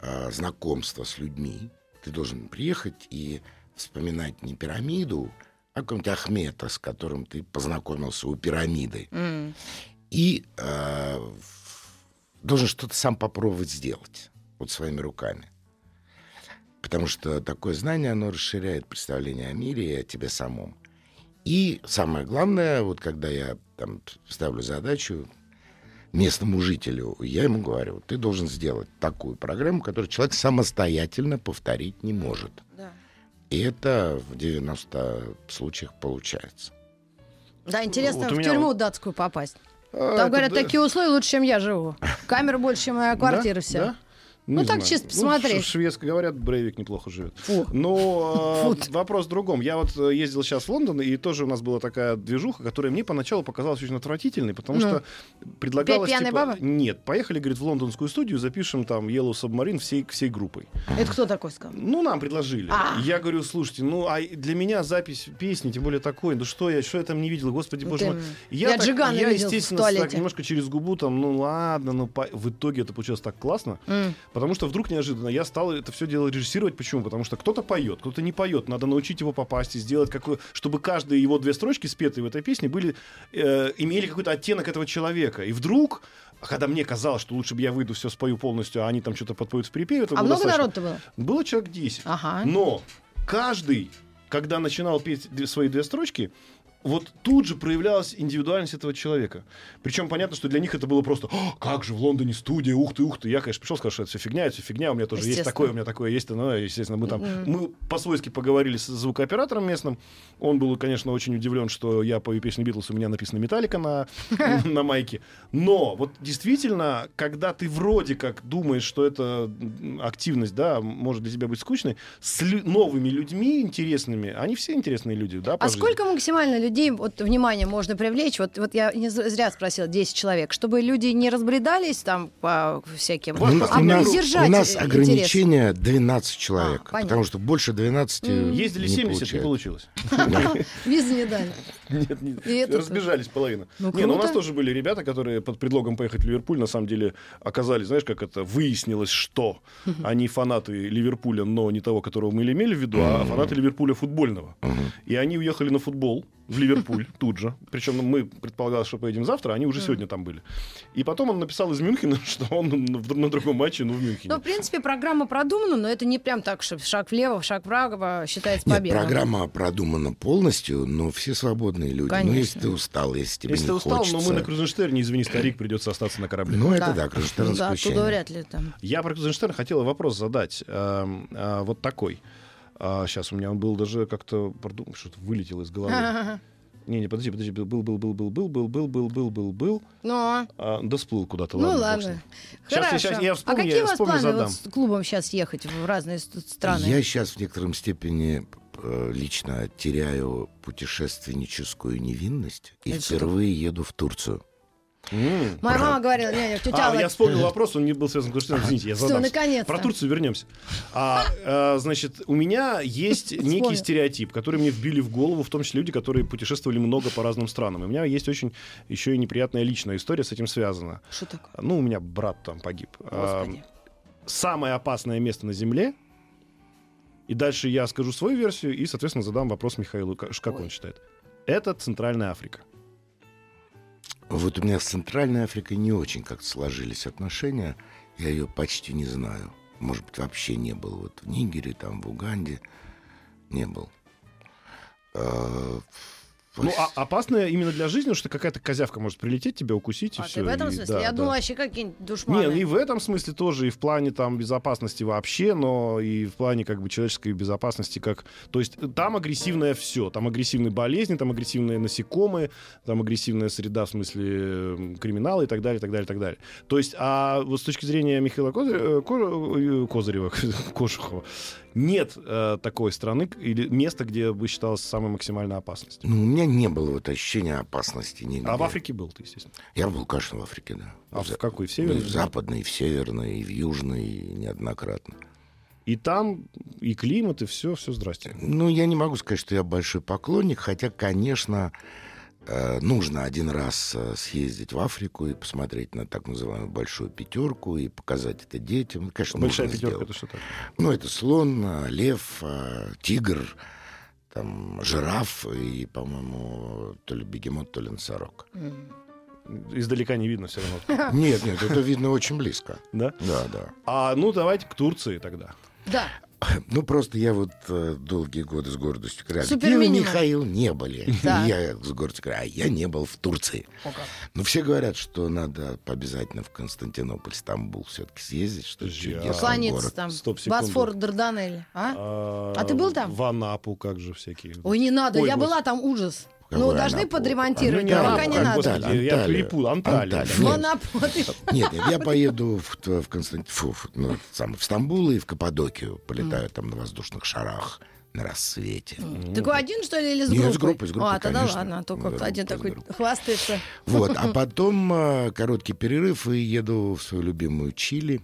[SPEAKER 3] э, знакомство с людьми. Ты должен приехать и вспоминать не пирамиду, а какого-нибудь Ахмета, с которым ты познакомился у пирамиды
[SPEAKER 2] М.
[SPEAKER 3] и э, в- должен что-то сам попробовать сделать вот своими руками. Потому что такое знание, оно расширяет представление о мире и о тебе самом. И самое главное, вот когда я там ставлю задачу местному жителю, я ему говорю, ты должен сделать такую программу, которую человек самостоятельно повторить не может.
[SPEAKER 2] Да.
[SPEAKER 3] И это в 90 случаях получается.
[SPEAKER 2] Да, интересно
[SPEAKER 4] Вот у
[SPEAKER 2] в
[SPEAKER 4] меня
[SPEAKER 2] тюрьму
[SPEAKER 4] вот-
[SPEAKER 2] датскую попасть.
[SPEAKER 4] А, это
[SPEAKER 2] Там, говорят,
[SPEAKER 4] да-
[SPEAKER 2] такие условия лучше, чем я живу. Камера больше, чем моя
[SPEAKER 4] Да?
[SPEAKER 2] квартира вся.
[SPEAKER 4] Да?
[SPEAKER 2] Ну, так чисто посмотреть.
[SPEAKER 4] Ну, в Шведске говорят, Брейвик неплохо живет.
[SPEAKER 2] Фу.
[SPEAKER 4] Но э,
[SPEAKER 2] Фу.
[SPEAKER 4] вопрос в другом. Я вот э, ездил сейчас в Лондон, и тоже у нас была такая движуха, которая мне поначалу показалась очень отвратительной, потому
[SPEAKER 2] Ну.
[SPEAKER 4] что предлагалось...
[SPEAKER 2] Петь «Пьяная
[SPEAKER 4] типа,
[SPEAKER 2] баба»?
[SPEAKER 4] Нет, поехали, говорит, в лондонскую студию, запишем там Yellow Submarine всей, всей группой.
[SPEAKER 2] Это кто такой сказал?
[SPEAKER 4] Ну, нам предложили.
[SPEAKER 2] А.
[SPEAKER 4] Я говорю, слушайте, ну, а для меня запись песни, тем более такой, ну что я, что я там не видел, господи,
[SPEAKER 2] Ну,
[SPEAKER 4] боже
[SPEAKER 2] ты-
[SPEAKER 4] мой.
[SPEAKER 2] я Джигана
[SPEAKER 4] я
[SPEAKER 2] видел в
[SPEAKER 4] естественно,
[SPEAKER 2] туалете.
[SPEAKER 4] так немножко через губу там, ну ладно, ну по- в итоге это получилось так классно.
[SPEAKER 2] М.
[SPEAKER 4] Потому что вдруг неожиданно я стал это все дело режиссировать. Почему? Потому что кто-то поет, кто-то не поет. Надо научить его попасть и сделать, какое, чтобы каждые его две строчки, спетые в этой песне, были, э, имели какой-то оттенок этого человека. И вдруг, когда мне казалось, что лучше бы я выйду, все спою полностью, а они там что-то подпоют в припеве, это
[SPEAKER 2] А
[SPEAKER 4] было
[SPEAKER 2] много
[SPEAKER 4] достаточно. Ну,
[SPEAKER 2] народу-то было?
[SPEAKER 4] Было человек 10.
[SPEAKER 2] Ага.
[SPEAKER 4] Но каждый, когда начинал петь д- свои две строчки, вот тут же проявлялась индивидуальность этого человека. Причем понятно, что для них это было просто «О, как же в Лондоне студия, ух ты, ух ты. Я, конечно, пришел, сказал, что это все фигня, это все фигня, у меня тоже есть
[SPEAKER 2] Естественно.
[SPEAKER 4] такое, у меня такое есть. Но, естественно, мы там...
[SPEAKER 2] Мгм.
[SPEAKER 4] Мы по-свойски поговорили с звукооператором местным. Он был, конечно, очень удивлен, что я пою песню Битлз, у меня написано «Металлика» на, на майке. Но вот действительно, когда ты вроде как думаешь, что эта м, активность, да, может для тебя быть скучной, с лю- новыми людьми интересными, они все интересные люди, да, по
[SPEAKER 2] А
[SPEAKER 4] жизни.
[SPEAKER 2] сколько максимально людей вот, внимания можно привлечь? Вот, вот я не з- зря спросила, 10 человек, чтобы люди не разбредались там по всяким...
[SPEAKER 4] Вот
[SPEAKER 3] Ну,
[SPEAKER 4] нас-
[SPEAKER 2] а
[SPEAKER 4] у нас-
[SPEAKER 2] поддержать
[SPEAKER 3] у нас
[SPEAKER 2] э, интерес.
[SPEAKER 3] ограничение 12 человек,
[SPEAKER 2] А, понятно.
[SPEAKER 3] потому что больше 12 не
[SPEAKER 4] Ездили 70, не
[SPEAKER 3] получается.
[SPEAKER 4] получилось.
[SPEAKER 2] Визы не дали.
[SPEAKER 4] Нет, нет,
[SPEAKER 2] И это
[SPEAKER 4] разбежались половина.
[SPEAKER 2] Ну,
[SPEAKER 4] не, ну у нас
[SPEAKER 2] круто.
[SPEAKER 4] тоже были ребята, которые под предлогом поехать в Ливерпуль, на самом деле оказались, знаешь, как это выяснилось, что они фанаты Ливерпуля, но не того, которого мы имели в виду, а фанаты Ливерпуля футбольного. И они уехали на футбол. в Ливерпуль тут же. Причем мы предполагалось, что поедем завтра, а они уже
[SPEAKER 2] Мгм.
[SPEAKER 4] сегодня там были. И потом он написал из Мюнхена, что он на на другом матче, ну, в Мюнхене.
[SPEAKER 2] Ну, в принципе, программа продумана, но это не прям так, что шаг влево, шаг вправо считается
[SPEAKER 3] Нет,
[SPEAKER 2] победой.
[SPEAKER 3] программа продумана полностью, но все свободные люди. Ну, если
[SPEAKER 2] Конечно.
[SPEAKER 3] ты устал, если тебе
[SPEAKER 4] Если
[SPEAKER 3] не
[SPEAKER 4] ты устал,
[SPEAKER 3] хочется.
[SPEAKER 4] но мы на Крузенштерне, извини, старик, придется остаться на корабле.
[SPEAKER 3] Ну, это
[SPEAKER 2] Да.
[SPEAKER 3] да, Крузенштерн
[SPEAKER 2] Да, оттуда
[SPEAKER 3] исключение.
[SPEAKER 2] вряд ли там.
[SPEAKER 4] Я про Крузенштерна хотел вопрос задать. Эм, а, Вот такой. Сейчас у меня он был даже как-то продум- что-то вылетело из головы. Не, не, подожди, подожди, был, был, был, был, был, был, был, был, был, был, был, был,
[SPEAKER 2] Но,
[SPEAKER 4] А, да сплыл куда-то.
[SPEAKER 2] ну
[SPEAKER 4] бог с
[SPEAKER 2] ладно.
[SPEAKER 4] ним. Сейчас я-
[SPEAKER 2] Хорошо.
[SPEAKER 4] сейчас я
[SPEAKER 2] а
[SPEAKER 4] вспомню,
[SPEAKER 2] какие
[SPEAKER 4] я
[SPEAKER 2] у вас
[SPEAKER 4] вспомню,
[SPEAKER 2] планы
[SPEAKER 4] задам.
[SPEAKER 2] вот с клубом сейчас ехать в разные с- страны?
[SPEAKER 3] Я сейчас в некотором степени э, лично теряю путешественническую невинность и
[SPEAKER 2] Это что
[SPEAKER 3] впервые еду в Турцию.
[SPEAKER 4] М.
[SPEAKER 2] Моя мама говорила, не, не, тетя
[SPEAKER 4] А,
[SPEAKER 2] Алла,
[SPEAKER 4] я вспомнил вопрос, он не был связан с Крузенштерном, извините, я
[SPEAKER 2] Всё,
[SPEAKER 4] задам.
[SPEAKER 2] наконец-то.
[SPEAKER 4] Про Турцию вернемся. А, э, значит, у меня есть некий
[SPEAKER 2] Вспомнил.
[SPEAKER 4] стереотип, который мне вбили в голову, в том числе люди, которые путешествовали много по разным странам. И у меня есть очень еще и неприятная личная история с этим связана.
[SPEAKER 2] Что такое?
[SPEAKER 4] Ну, у меня брат там погиб.
[SPEAKER 2] Господи.
[SPEAKER 4] А, Самое опасное место на Земле. И дальше я скажу свою версию и, соответственно, задам вопрос Михаилу, как как
[SPEAKER 2] Ой.
[SPEAKER 4] он считает. Это Центральная Африка.
[SPEAKER 3] Вот у меня с Центральной Африкой не очень как-то сложились отношения. Я ее почти не знаю. Может быть, вообще не был. Вот в Нигере, там, в Уганде не был. Э,
[SPEAKER 4] Ну, а опасное именно для жизни, потому что какая-то козявка может прилететь, тебя укусить
[SPEAKER 2] А,
[SPEAKER 4] и
[SPEAKER 2] ты
[SPEAKER 4] все.
[SPEAKER 2] в этом смысле? я думала, вообще какие-нибудь душманы.
[SPEAKER 4] Не, и в этом смысле тоже, и в плане там безопасности вообще, но и в плане как бы человеческой безопасности как... То есть э, там агрессивное все. Там агрессивные болезни, там агрессивные насекомые, там агрессивная среда в смысле м, криминала и так далее, и так далее, и так далее. То есть, а вот с точки зрения Михаила Козы- э, Ко- э, Козырева, Кожухова, нет э, такой страны или места, где бы считалось самой максимальной опасностью.
[SPEAKER 3] Ну, у меня не было вот ощущения опасности нигде.
[SPEAKER 4] А в Африке был ты, естественно.
[SPEAKER 3] Я был, конечно, в Африке, да.
[SPEAKER 4] А
[SPEAKER 3] За-
[SPEAKER 4] в какой? В
[SPEAKER 3] ну, и
[SPEAKER 4] северной?
[SPEAKER 3] в западной, и в северной, и в южной, и неоднократно.
[SPEAKER 4] И там, и климат, и все, все, здрасте.
[SPEAKER 3] Ну, я не могу сказать, что я большой поклонник, хотя, конечно, э, нужно один раз э, съездить в Африку и посмотреть на так называемую большую пятерку и показать это детям. Конечно,
[SPEAKER 4] Большая
[SPEAKER 3] нужно
[SPEAKER 4] пятерка,
[SPEAKER 3] сделать.
[SPEAKER 4] это что такое?
[SPEAKER 3] Ну, это слон, э, лев, э, тигр, там, жираф и, по-моему, то ли бегемот, то ли носорог.
[SPEAKER 2] М.
[SPEAKER 4] Издалека не видно все равно.
[SPEAKER 3] Нет, нет, это видно очень близко.
[SPEAKER 4] Да?
[SPEAKER 3] Да, да.
[SPEAKER 4] А ну давайте к Турции тогда.
[SPEAKER 2] Да,
[SPEAKER 3] Ну, просто я вот э, долгие годы с гордостью говорю, «А где вы,
[SPEAKER 2] Суперминимум».
[SPEAKER 3] Михаил, не были.
[SPEAKER 2] Да.
[SPEAKER 3] И я с гордостью говорю, а я не был в Турции.
[SPEAKER 2] О, как.
[SPEAKER 3] Но Ну, все говорят, что надо обязательно в Константинополь, Стамбул все-таки съездить, что
[SPEAKER 4] Подожди, а-
[SPEAKER 3] чудесный
[SPEAKER 2] Поклониться
[SPEAKER 3] город.
[SPEAKER 2] там.
[SPEAKER 4] Стоп, секунду.
[SPEAKER 2] Босфор, Дарданель. А?
[SPEAKER 4] А
[SPEAKER 2] ты был там?
[SPEAKER 4] В Анапу, как же всякие.
[SPEAKER 2] Ой, не надо,
[SPEAKER 4] Ой,
[SPEAKER 2] я
[SPEAKER 4] Господи.
[SPEAKER 2] была там, ужас.
[SPEAKER 3] Какой
[SPEAKER 2] ну, должны
[SPEAKER 3] Анапа?
[SPEAKER 2] подремонтировать,
[SPEAKER 4] Ну, не
[SPEAKER 2] а
[SPEAKER 4] Анапа,
[SPEAKER 2] пока не
[SPEAKER 4] как
[SPEAKER 2] надо.
[SPEAKER 4] господи. Я перепутал. Анталия.
[SPEAKER 3] Нет,
[SPEAKER 2] Монопол, ты ж-
[SPEAKER 3] Нет, нет, я поеду в, т- в Констант- фу, фу, ну, сам, в Стамбул и в Каппадокию. Полетаю там на воздушных шарах на рассвете.
[SPEAKER 2] Так вы один, что ли, или с
[SPEAKER 3] Нет,
[SPEAKER 2] группой?
[SPEAKER 3] Ну, с группой, с группой,
[SPEAKER 2] А, тогда
[SPEAKER 3] конечно.
[SPEAKER 2] ладно, а то
[SPEAKER 3] Ну,
[SPEAKER 2] как
[SPEAKER 3] да,
[SPEAKER 2] один
[SPEAKER 3] группа, с
[SPEAKER 2] такой
[SPEAKER 3] группой.
[SPEAKER 2] хвастается.
[SPEAKER 3] Вот, а потом э, короткий перерыв и еду в свою любимую Чили.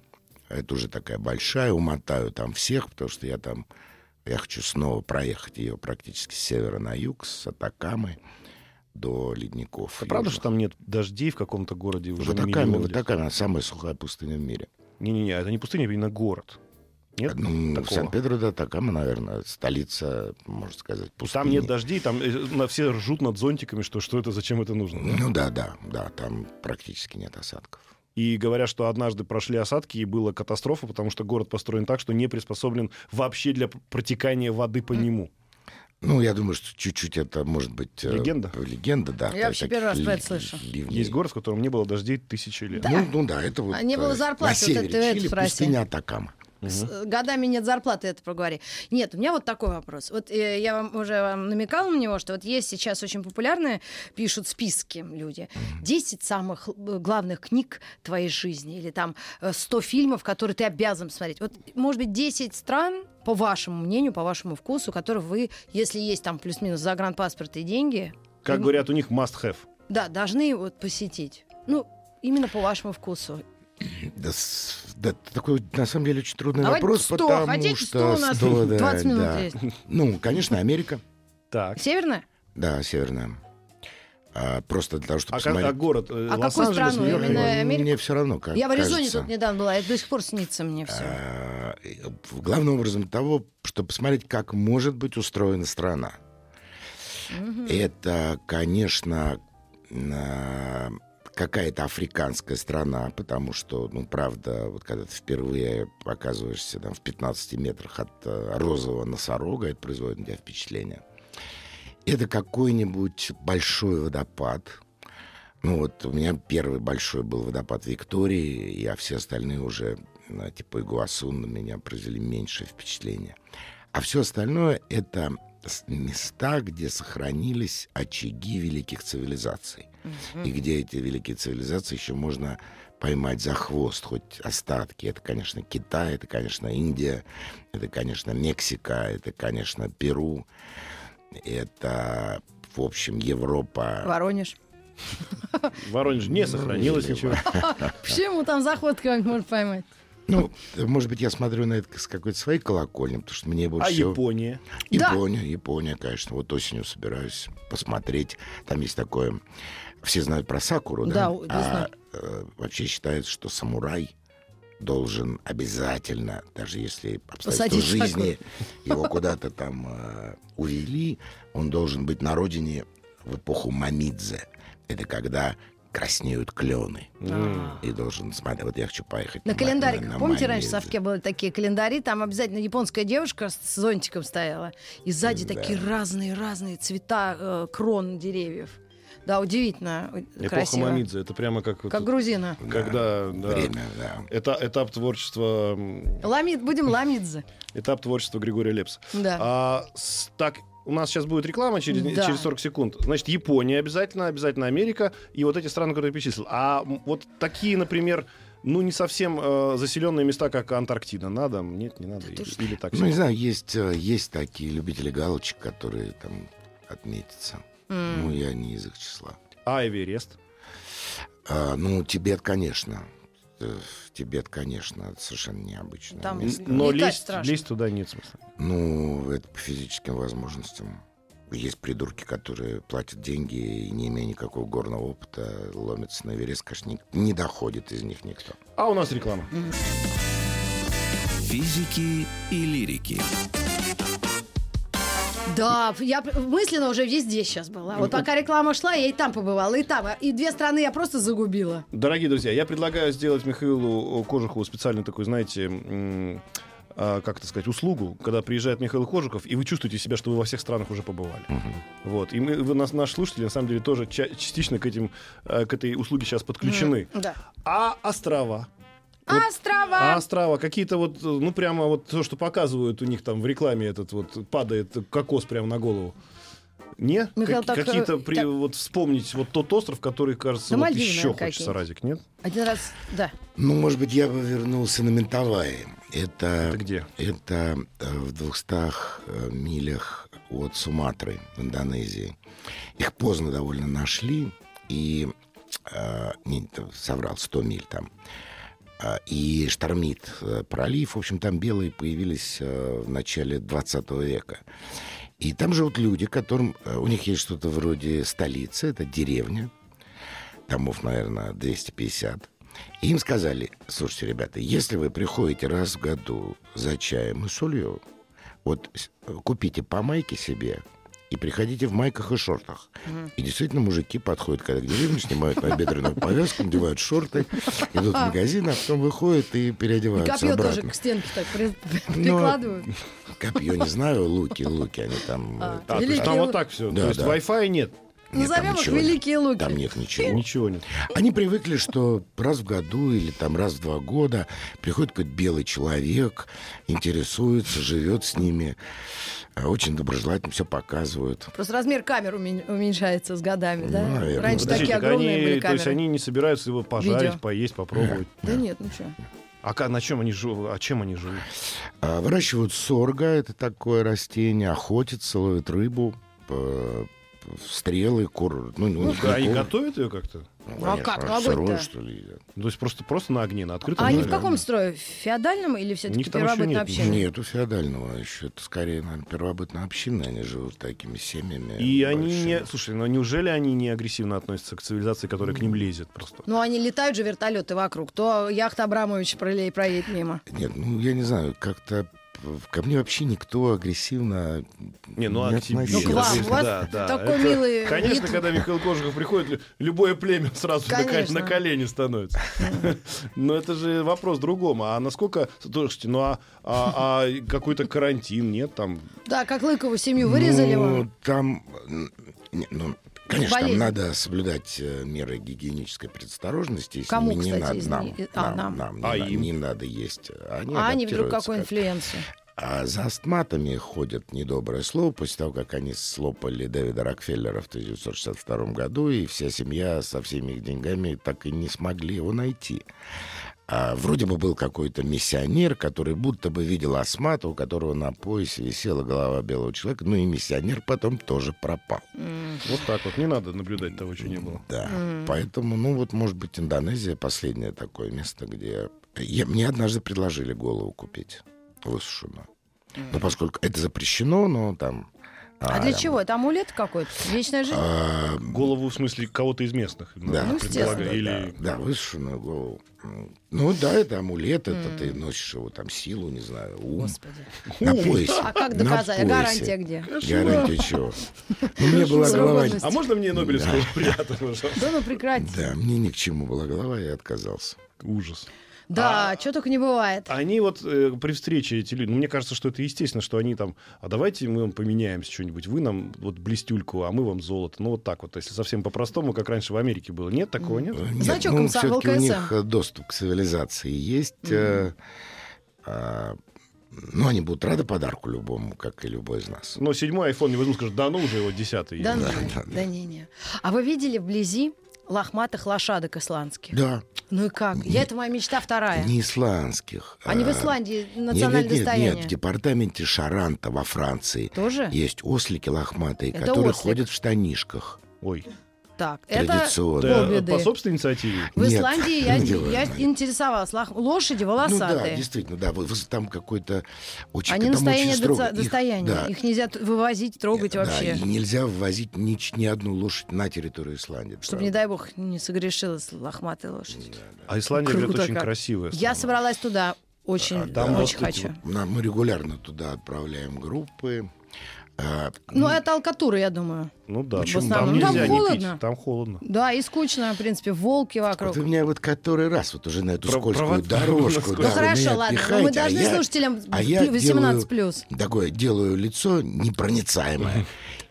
[SPEAKER 3] Это уже такая большая, умотаю там всех, потому что я там, я хочу снова проехать ее практически с севера на юг, с Атакамы до ледников.
[SPEAKER 4] А Правда,
[SPEAKER 3] южных.
[SPEAKER 4] что там нет дождей в каком-то городе уже
[SPEAKER 3] Вот
[SPEAKER 4] на
[SPEAKER 3] такая,
[SPEAKER 4] миллион
[SPEAKER 3] вот
[SPEAKER 4] лет?
[SPEAKER 3] такая она самая сухая пустыня в мире.
[SPEAKER 4] Не-не-не, это не пустыня, это именно город. Нет
[SPEAKER 3] Ну,
[SPEAKER 4] такого?
[SPEAKER 3] Сан-Педро да Атакама, наверное, столица, можно сказать, пустыни.
[SPEAKER 4] Там нет дождей, там э, на- все ржут над зонтиками, что что это, зачем это нужно. да?
[SPEAKER 3] Ну да, да, да, там практически нет осадков.
[SPEAKER 4] И говорят, что однажды прошли осадки, и была катастрофа, потому что город построен так, что не приспособлен вообще для протекания воды по нему.
[SPEAKER 3] Ну, я думаю, что чуть-чуть это может быть... э,
[SPEAKER 4] Легенда?
[SPEAKER 3] Легенда, да.
[SPEAKER 2] Я
[SPEAKER 3] То есть
[SPEAKER 2] вообще первый раз
[SPEAKER 3] таких
[SPEAKER 2] про
[SPEAKER 3] ли-
[SPEAKER 2] это слышу.
[SPEAKER 3] ливней.
[SPEAKER 4] Есть город, в котором не было дождей тысячи лет.
[SPEAKER 3] Ну, ну да, это вот...
[SPEAKER 2] А не было
[SPEAKER 3] э,
[SPEAKER 2] зарплаты,
[SPEAKER 3] На
[SPEAKER 2] вот
[SPEAKER 3] севере
[SPEAKER 2] это- это
[SPEAKER 3] Чили
[SPEAKER 2] спроси.
[SPEAKER 3] пустыня Атакама.
[SPEAKER 2] С э, годами нет зарплаты, это проговори. Нет, у меня вот такой вопрос. Вот э, я вам уже вам намекала на него, что вот есть сейчас очень популярные, пишут списки люди. 10 самых л- э, главных книг твоей жизни или там э, 100 фильмов, которые ты обязан смотреть. Вот, может быть, 10 стран, по вашему мнению, по вашему вкусу, которые вы, если есть там плюс-минус загранпаспорт и деньги,
[SPEAKER 4] Как
[SPEAKER 2] Мгм.
[SPEAKER 4] говорят, у них must have.
[SPEAKER 2] да, должны вот посетить. Ну, именно по вашему вкусу.
[SPEAKER 3] Да, с- да, это такой, на самом деле, очень трудный
[SPEAKER 2] Давайте
[SPEAKER 3] Ну, вопрос,
[SPEAKER 2] 100,
[SPEAKER 3] потому
[SPEAKER 2] хотите 100
[SPEAKER 3] что...
[SPEAKER 2] у нас?
[SPEAKER 3] 100, да,
[SPEAKER 2] 20 минут
[SPEAKER 3] да.
[SPEAKER 2] есть.
[SPEAKER 3] Ну, конечно, Америка.
[SPEAKER 4] Так.
[SPEAKER 2] Северная?
[SPEAKER 3] Да, северная. А, просто для того, чтобы
[SPEAKER 4] А, как-
[SPEAKER 3] посмотреть...
[SPEAKER 4] а город? э,
[SPEAKER 2] А какую
[SPEAKER 4] Лос-Анджелес,
[SPEAKER 2] страну?
[SPEAKER 4] Нью-Йорк,
[SPEAKER 2] Именно
[SPEAKER 4] Нью-Йорк?
[SPEAKER 2] Америка?
[SPEAKER 3] Мне все равно, как
[SPEAKER 2] Я в Аризоне
[SPEAKER 3] кажется.
[SPEAKER 2] тут недавно была, это до сих пор снится мне все.
[SPEAKER 3] А, и, э, Главным образом того, чтобы посмотреть, как может быть устроена страна.
[SPEAKER 2] Мгм.
[SPEAKER 3] Это, конечно, на- какая-то африканская страна, потому что, ну, правда, вот когда ты впервые оказываешься там в 15 метрах от э, розового носорога, это производит на тебя впечатление. Это какой-нибудь большой водопад. Ну вот у меня первый большой был водопад Виктории, а все остальные уже, э, типа Игуасу, на меня произвели меньшее впечатление. А все остальное — это с- места, где сохранились очаги великих цивилизаций. И где эти великие цивилизации еще можно поймать за хвост, хоть остатки. Это, конечно, Китай, это, конечно, Индия, это, конечно, Мексика, это, конечно, Перу, это, в общем, Европа.
[SPEAKER 2] Воронеж.
[SPEAKER 4] В Воронеже
[SPEAKER 2] Ну,
[SPEAKER 4] не сохранилось ничего.
[SPEAKER 2] Почему там заход как может поймать?
[SPEAKER 3] Ну, может быть, я смотрю на это с какой-то своей колокольни, потому что мне больше
[SPEAKER 4] А
[SPEAKER 3] всего...
[SPEAKER 4] Япония?
[SPEAKER 2] Да.
[SPEAKER 3] Япония, Япония, конечно. Вот осенью собираюсь посмотреть. Там есть такое... Все знают про Сакуру, да?
[SPEAKER 2] Да, у- да,
[SPEAKER 3] А,
[SPEAKER 2] знаю.
[SPEAKER 3] э, вообще считается, что самурай должен обязательно, даже если обстоятельства
[SPEAKER 2] Посадить
[SPEAKER 3] жизни его куда-то там э, увели, он должен быть на родине в эпоху Мамидзе. Это когда краснеют клены. И должен смотреть. Вот я хочу поехать.
[SPEAKER 2] А. На
[SPEAKER 3] Ма-
[SPEAKER 2] календариках.
[SPEAKER 3] на
[SPEAKER 2] Помните, раньше в
[SPEAKER 3] Мамидзе.
[SPEAKER 2] совке были такие календари, там обязательно японская девушка с зонтиком стояла. И сзади
[SPEAKER 3] Да.
[SPEAKER 2] такие разные-разные цвета э, крон деревьев. Да, удивительно э,
[SPEAKER 4] Эпоха
[SPEAKER 2] красиво.
[SPEAKER 4] Мамидзе. Это прямо как... вот
[SPEAKER 2] Как
[SPEAKER 4] тут,
[SPEAKER 2] грузина.
[SPEAKER 4] Когда... да.
[SPEAKER 3] Время, да.
[SPEAKER 4] Это этап творчества... м,
[SPEAKER 2] Ламид, будем ламидзе.
[SPEAKER 4] Этап творчества Григория Лепса.
[SPEAKER 2] Да.
[SPEAKER 4] А, с- так, у нас сейчас будет реклама через,
[SPEAKER 2] Да.
[SPEAKER 4] через 40 секунд. Значит, Япония обязательно, обязательно Америка и вот эти страны, которые я перечислил. А м, вот такие, например, ну не совсем заселенные места, как Антарктида, надо? Нет, не надо. Или, или так?
[SPEAKER 3] Ну, не знаю, есть, э, есть такие любители галочек, которые там отметятся.
[SPEAKER 2] М.
[SPEAKER 3] Ну, я не из их числа.
[SPEAKER 4] А Эверест?
[SPEAKER 3] А, ну, Тибет, конечно. Э, Тибет, конечно, это совершенно необычное
[SPEAKER 2] Там-
[SPEAKER 3] место.
[SPEAKER 4] Но
[SPEAKER 2] Летать
[SPEAKER 4] лезть,
[SPEAKER 2] страшно.
[SPEAKER 4] лезть туда нет смысла.
[SPEAKER 3] Ну, это по физическим возможностям. Есть придурки, которые платят деньги и, не имея никакого горного опыта, ломятся на верес, конечно, ни- не доходит из них никто.
[SPEAKER 4] А у нас реклама.
[SPEAKER 1] Физики и лирики.
[SPEAKER 2] Да, я пр- мысленно уже везде сейчас была.
[SPEAKER 3] Ну,
[SPEAKER 2] Вот пока реклама шла, я и там побывала, и там. А, И две страны я просто загубила.
[SPEAKER 4] Дорогие друзья, я предлагаю сделать Михаилу э, Кожухову специально такой, знаете, м, а, как это сказать, услугу, когда приезжает Михаил Кожухов, и вы чувствуете себя, что вы во всех странах уже побывали. Вот. И мы, вы, нас, наши слушатели, на самом деле, тоже ча- частично к, этим, э, к этой услуге сейчас подключены.
[SPEAKER 2] Да.
[SPEAKER 4] А острова? Вот- А
[SPEAKER 2] Острова!
[SPEAKER 4] острова какие-то вот, э, ну прямо вот то, что показывают у них там в рекламе этот вот, падает кокос прямо на голову. Не?
[SPEAKER 2] Михаил, так, э,
[SPEAKER 4] какие-то при-
[SPEAKER 2] так-
[SPEAKER 4] вот вспомнить вот тот остров, который, кажется,
[SPEAKER 2] Да
[SPEAKER 4] вот
[SPEAKER 2] Мальдивы,
[SPEAKER 4] еще
[SPEAKER 2] наверное,
[SPEAKER 4] хочется,
[SPEAKER 2] какие-нибудь.
[SPEAKER 4] Радик, нет?
[SPEAKER 2] Один раз, да.
[SPEAKER 3] Ну, может быть, я бы вернулся на Ментовае. Это,
[SPEAKER 4] Это где?
[SPEAKER 3] Это э, в 200 э, милях от Суматры в Индонезии. Их поздно довольно нашли, и э, не, это соврал, 100 миль там. А, И штормит э, пролив. В общем, там белые появились э, в начале 20 века. И там живут люди, которым... э, У них есть что-то вроде столицы, это деревня. Домов, наверное, 250. И им сказали, слушайте, ребята, если вы приходите раз в году за чаем и солью, вот с- купите по майке себе и приходите в майках и шортах. И действительно мужики подходят, когда к деревне, снимают набедренную повязку, надевают шорты, идут в магазин, а потом выходят и
[SPEAKER 2] И
[SPEAKER 3] переодеваются
[SPEAKER 2] копье тоже
[SPEAKER 3] А, обратно.
[SPEAKER 2] к стенке так при-
[SPEAKER 3] Ну,
[SPEAKER 2] прикладывают.
[SPEAKER 3] Копье, не знаю, луки, луки, они там...
[SPEAKER 2] А,
[SPEAKER 3] э,
[SPEAKER 4] А, то есть
[SPEAKER 2] Великие
[SPEAKER 4] там
[SPEAKER 2] лу-
[SPEAKER 4] вот так все.
[SPEAKER 3] Да,
[SPEAKER 4] то есть
[SPEAKER 3] да.
[SPEAKER 4] Wi-Fi
[SPEAKER 3] нет,
[SPEAKER 4] нет.
[SPEAKER 3] там
[SPEAKER 2] Назовем их
[SPEAKER 3] ничего нет.
[SPEAKER 2] великие луки.
[SPEAKER 3] Там нет ничего.
[SPEAKER 4] Ничего нет.
[SPEAKER 3] Они привыкли, что раз в году или там раз в два года приходит какой-то белый человек, интересуется, живет с ними, а, очень доброжелательно все показывают.
[SPEAKER 2] Просто размер камер умен- уменьшается с годами, да?
[SPEAKER 3] Ну, наверное,
[SPEAKER 2] Раньше
[SPEAKER 3] да.
[SPEAKER 2] такие
[SPEAKER 4] так
[SPEAKER 2] огромные
[SPEAKER 4] они,
[SPEAKER 2] были
[SPEAKER 4] то есть
[SPEAKER 2] камеры.
[SPEAKER 4] они не собираются его пожарить,
[SPEAKER 2] Видео.
[SPEAKER 4] поесть, попробовать.
[SPEAKER 2] Да нет, ну что.
[SPEAKER 4] А ка- на чем они живут? А чем они живут?
[SPEAKER 3] А, Выращивают сорга, это такое растение, охотятся, ловят рыбу, э, стрелы, кур... Ну, ну, не
[SPEAKER 4] Ну-ка, они
[SPEAKER 3] кур,
[SPEAKER 4] готовят ее как-то? Ну,
[SPEAKER 3] ну,
[SPEAKER 2] Ну, а
[SPEAKER 3] конечно,
[SPEAKER 2] как? Ну,
[SPEAKER 3] сырое,
[SPEAKER 2] огонь-то?
[SPEAKER 3] что ли? едят.
[SPEAKER 4] То есть просто, просто на огне, на открытом
[SPEAKER 2] А они
[SPEAKER 4] огне?
[SPEAKER 2] в каком строе? В феодальном или
[SPEAKER 4] У
[SPEAKER 2] все-таки
[SPEAKER 4] них там ещё
[SPEAKER 2] первобытное
[SPEAKER 4] нет
[SPEAKER 2] общение?
[SPEAKER 3] Нет, у феодального еще. Это скорее, наверное, первобытная община. Они живут такими семьями.
[SPEAKER 4] И они
[SPEAKER 3] большими.
[SPEAKER 4] не... Слушай, ну неужели они не агрессивно относятся к цивилизации, которая к ним лезет просто?
[SPEAKER 2] Ну, они летают же вертолеты вокруг. То яхта Абрамович пролей проедет мимо.
[SPEAKER 3] Нет, ну я не знаю, как-то п- в- ко мне вообще никто агрессивно
[SPEAKER 4] Не, ну а
[SPEAKER 3] не
[SPEAKER 4] к тебе,
[SPEAKER 3] относился.
[SPEAKER 2] Ну, к вам,
[SPEAKER 4] конечно,
[SPEAKER 2] вот
[SPEAKER 4] да, да.
[SPEAKER 2] такой
[SPEAKER 4] Это,
[SPEAKER 2] милый
[SPEAKER 4] Конечно,
[SPEAKER 2] вид.
[SPEAKER 4] когда Михаил Кожухов приходит, лю- любое племя сразу на, ко-
[SPEAKER 2] Конечно.
[SPEAKER 4] на колени становится. Но это же вопрос другому. А насколько... Слушайте, ну а- а а какой-то карантин нет там?
[SPEAKER 2] Да, как Лыкову семью вырезали
[SPEAKER 3] ну,
[SPEAKER 2] вам.
[SPEAKER 3] там, м, не, ну, конечно, там
[SPEAKER 2] Болезнь.
[SPEAKER 3] надо соблюдать э, меры гигиенической предосторожности. если
[SPEAKER 2] Кому,
[SPEAKER 3] не
[SPEAKER 2] кстати,
[SPEAKER 3] надо,
[SPEAKER 2] из-
[SPEAKER 3] нам,
[SPEAKER 2] и- а,
[SPEAKER 3] нам,
[SPEAKER 2] нам.
[SPEAKER 3] нам,
[SPEAKER 4] А
[SPEAKER 3] не, на-
[SPEAKER 4] им?
[SPEAKER 3] не надо есть. Они
[SPEAKER 2] А они вдруг
[SPEAKER 3] ну, адаптируются
[SPEAKER 2] какой
[SPEAKER 3] как-
[SPEAKER 2] инфлюенсию.
[SPEAKER 3] А за астматами ходят недоброе слово после того, как они слопали Дэвида Рокфеллера в 1962 году, и вся семья со всеми их деньгами так и не смогли его найти. А вроде бы был какой-то миссионер, который будто бы видел астмата, у которого на поясе висела голова белого человека, ну и миссионер потом тоже пропал.
[SPEAKER 4] Вот так вот. Не надо наблюдать того, чего не было.
[SPEAKER 3] Да. Поэтому, ну вот, может быть, Индонезия последнее такое место, где... Я- мне однажды предложили голову купить высушенную. Ну, поскольку это запрещено, но там...
[SPEAKER 2] А для
[SPEAKER 3] там,
[SPEAKER 2] чего? Это амулет какой-то? Вечная жизнь?
[SPEAKER 3] а,
[SPEAKER 4] Голову, в смысле, кого-то из местных.
[SPEAKER 3] да,
[SPEAKER 2] Ну,
[SPEAKER 4] предполагаю,
[SPEAKER 2] естественно,
[SPEAKER 4] Или...
[SPEAKER 3] да, да, высушенную голову. М, Ну да, это амулет, это ты носишь его там силу, не знаю, ум.
[SPEAKER 2] Господи.
[SPEAKER 3] На поясе.
[SPEAKER 2] А как
[SPEAKER 3] на
[SPEAKER 2] доказать? А
[SPEAKER 3] поясе.
[SPEAKER 2] гарантия где?
[SPEAKER 3] Гарантия чего? Ну, мне была
[SPEAKER 2] Срок
[SPEAKER 3] голова...
[SPEAKER 2] годности.
[SPEAKER 4] А можно мне Нобелевского лауреата, пожалуйста?
[SPEAKER 2] Да ну прекрати.
[SPEAKER 3] Да, мне ни к чему была голова, я отказался.
[SPEAKER 4] Ужас.
[SPEAKER 3] А-
[SPEAKER 2] Да, что только не бывает.
[SPEAKER 4] Они вот э, при встрече эти люди, ну, мне кажется, что это естественно, что они там, а давайте мы вам поменяемся что-нибудь, вы нам вот блестюльку, а мы вам золото. Ну, вот так вот, если совсем по-простому, как раньше в Америке было. Нет такого, нет?
[SPEAKER 3] Нет,
[SPEAKER 2] Значок
[SPEAKER 3] ну,
[SPEAKER 2] комсомолка
[SPEAKER 3] все-таки у
[SPEAKER 2] СМ.
[SPEAKER 3] них э, доступ к цивилизации есть. э, а, ну, они будут рады подарку любому, как и любой из нас.
[SPEAKER 4] Но седьмой iPhone не возьмут, скажут, да ну уже его десятый.
[SPEAKER 2] Да,
[SPEAKER 4] есть».
[SPEAKER 2] ну, да не, не. А вы видели вблизи лохматых лошадок исландских?
[SPEAKER 3] Да,
[SPEAKER 2] Ну и как? а Я, это моя мечта вторая.
[SPEAKER 3] не исландских.
[SPEAKER 2] Они в
[SPEAKER 3] а,
[SPEAKER 2] Исландии
[SPEAKER 3] нет,
[SPEAKER 2] национальное
[SPEAKER 3] нет, нет,
[SPEAKER 2] достояние.
[SPEAKER 3] Нет, в департаменте Шаранта во Франции
[SPEAKER 2] Тоже?
[SPEAKER 3] есть ослики лохматые,
[SPEAKER 2] Это
[SPEAKER 3] которые
[SPEAKER 2] ослик.
[SPEAKER 3] ходят в штанишках.
[SPEAKER 4] Ой,
[SPEAKER 2] Так, это
[SPEAKER 3] Традиционно.
[SPEAKER 4] да,
[SPEAKER 2] полбеды.
[SPEAKER 4] по собственной инициативе.
[SPEAKER 2] в
[SPEAKER 3] Нет,
[SPEAKER 2] Исландии я,
[SPEAKER 3] не делаю,
[SPEAKER 2] я
[SPEAKER 3] да.
[SPEAKER 2] интересовалась. Лох- Лошади
[SPEAKER 3] Ну да,
[SPEAKER 2] волосатые.
[SPEAKER 3] действительно, да. вы- вы- Там какой-то очень...
[SPEAKER 2] Они
[SPEAKER 3] там очень
[SPEAKER 2] настояние
[SPEAKER 3] строго.
[SPEAKER 2] доца-
[SPEAKER 3] Их-
[SPEAKER 2] достояние.
[SPEAKER 3] да,
[SPEAKER 2] Их нельзя т- вывозить, трогать
[SPEAKER 3] да,
[SPEAKER 2] вообще.
[SPEAKER 3] и нельзя ввозить ни, ч- ни одну лошадь на территорию Исландии.
[SPEAKER 2] Чтобы, не дай бог, не согрешила с лохматой лошадью.
[SPEAKER 4] А Исландия, говорят,
[SPEAKER 2] Круто
[SPEAKER 4] очень
[SPEAKER 2] как.
[SPEAKER 4] красивая.
[SPEAKER 2] Я
[SPEAKER 4] страна.
[SPEAKER 2] собралась туда.
[SPEAKER 3] А
[SPEAKER 2] Очень,
[SPEAKER 4] там
[SPEAKER 2] очень
[SPEAKER 4] вот
[SPEAKER 2] хочу.
[SPEAKER 3] На- Мы регулярно туда отправляем группы. А,
[SPEAKER 2] Ну, это алкатура, я думаю.
[SPEAKER 4] Ну да,
[SPEAKER 2] Почему?
[SPEAKER 4] там
[SPEAKER 2] Там
[SPEAKER 4] нельзя не
[SPEAKER 2] холодно.
[SPEAKER 4] пить, там холодно.
[SPEAKER 2] Да, и скучно, в принципе, волки вокруг. Ну,
[SPEAKER 3] вот вы меня вот который раз вот уже на эту
[SPEAKER 4] Про-
[SPEAKER 3] скользкую
[SPEAKER 4] провод-
[SPEAKER 3] дорожку.
[SPEAKER 4] Ну
[SPEAKER 3] да,
[SPEAKER 2] Ну
[SPEAKER 3] вы
[SPEAKER 2] хорошо,
[SPEAKER 3] меня
[SPEAKER 2] ладно. Но
[SPEAKER 3] отпихаете,
[SPEAKER 2] мы
[SPEAKER 3] а
[SPEAKER 2] должны
[SPEAKER 3] я-
[SPEAKER 2] слушателям
[SPEAKER 3] а я
[SPEAKER 2] 18
[SPEAKER 3] делаю
[SPEAKER 2] плюс.
[SPEAKER 3] Такое делаю лицо непроницаемое.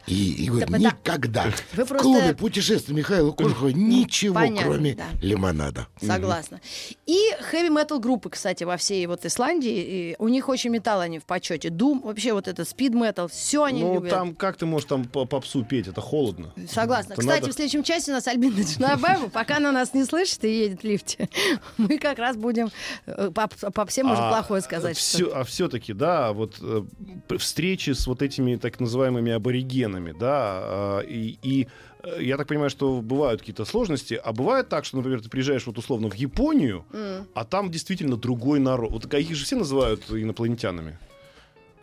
[SPEAKER 3] И, и говорю,
[SPEAKER 2] Да, да.
[SPEAKER 3] никогда
[SPEAKER 2] Вы
[SPEAKER 3] в
[SPEAKER 2] просто-
[SPEAKER 3] клубе путешествия Михаила Кожухова ничего,
[SPEAKER 2] Понятно,
[SPEAKER 3] кроме
[SPEAKER 2] да.
[SPEAKER 3] лимонада.
[SPEAKER 2] Согласна. И хэви метал группы, кстати, во всей вот Исландии. и у них очень металл они в почете. Дум, вообще вот это спид метал, все они
[SPEAKER 4] Ну
[SPEAKER 2] любят.
[SPEAKER 4] там, как ты можешь там по- попсу петь, это холодно.
[SPEAKER 2] Согласна.
[SPEAKER 4] Это
[SPEAKER 2] Кстати,
[SPEAKER 4] надо-
[SPEAKER 2] в следующем часе у нас Альбина Джунабаева, пока она нас не слышит и едет в лифте, мы как раз будем э, по, по всем уже
[SPEAKER 4] А,
[SPEAKER 2] плохое сказать. что-
[SPEAKER 4] всё- а все-таки, да, вот э, п- встречи с вот этими так называемыми аборигенами, да, э, и, и, э, я так понимаю, что бывают какие-то сложности, а бывает так, что, например, ты приезжаешь вот условно в Японию, а там действительно другой народ. Вот их же все называют инопланетянами.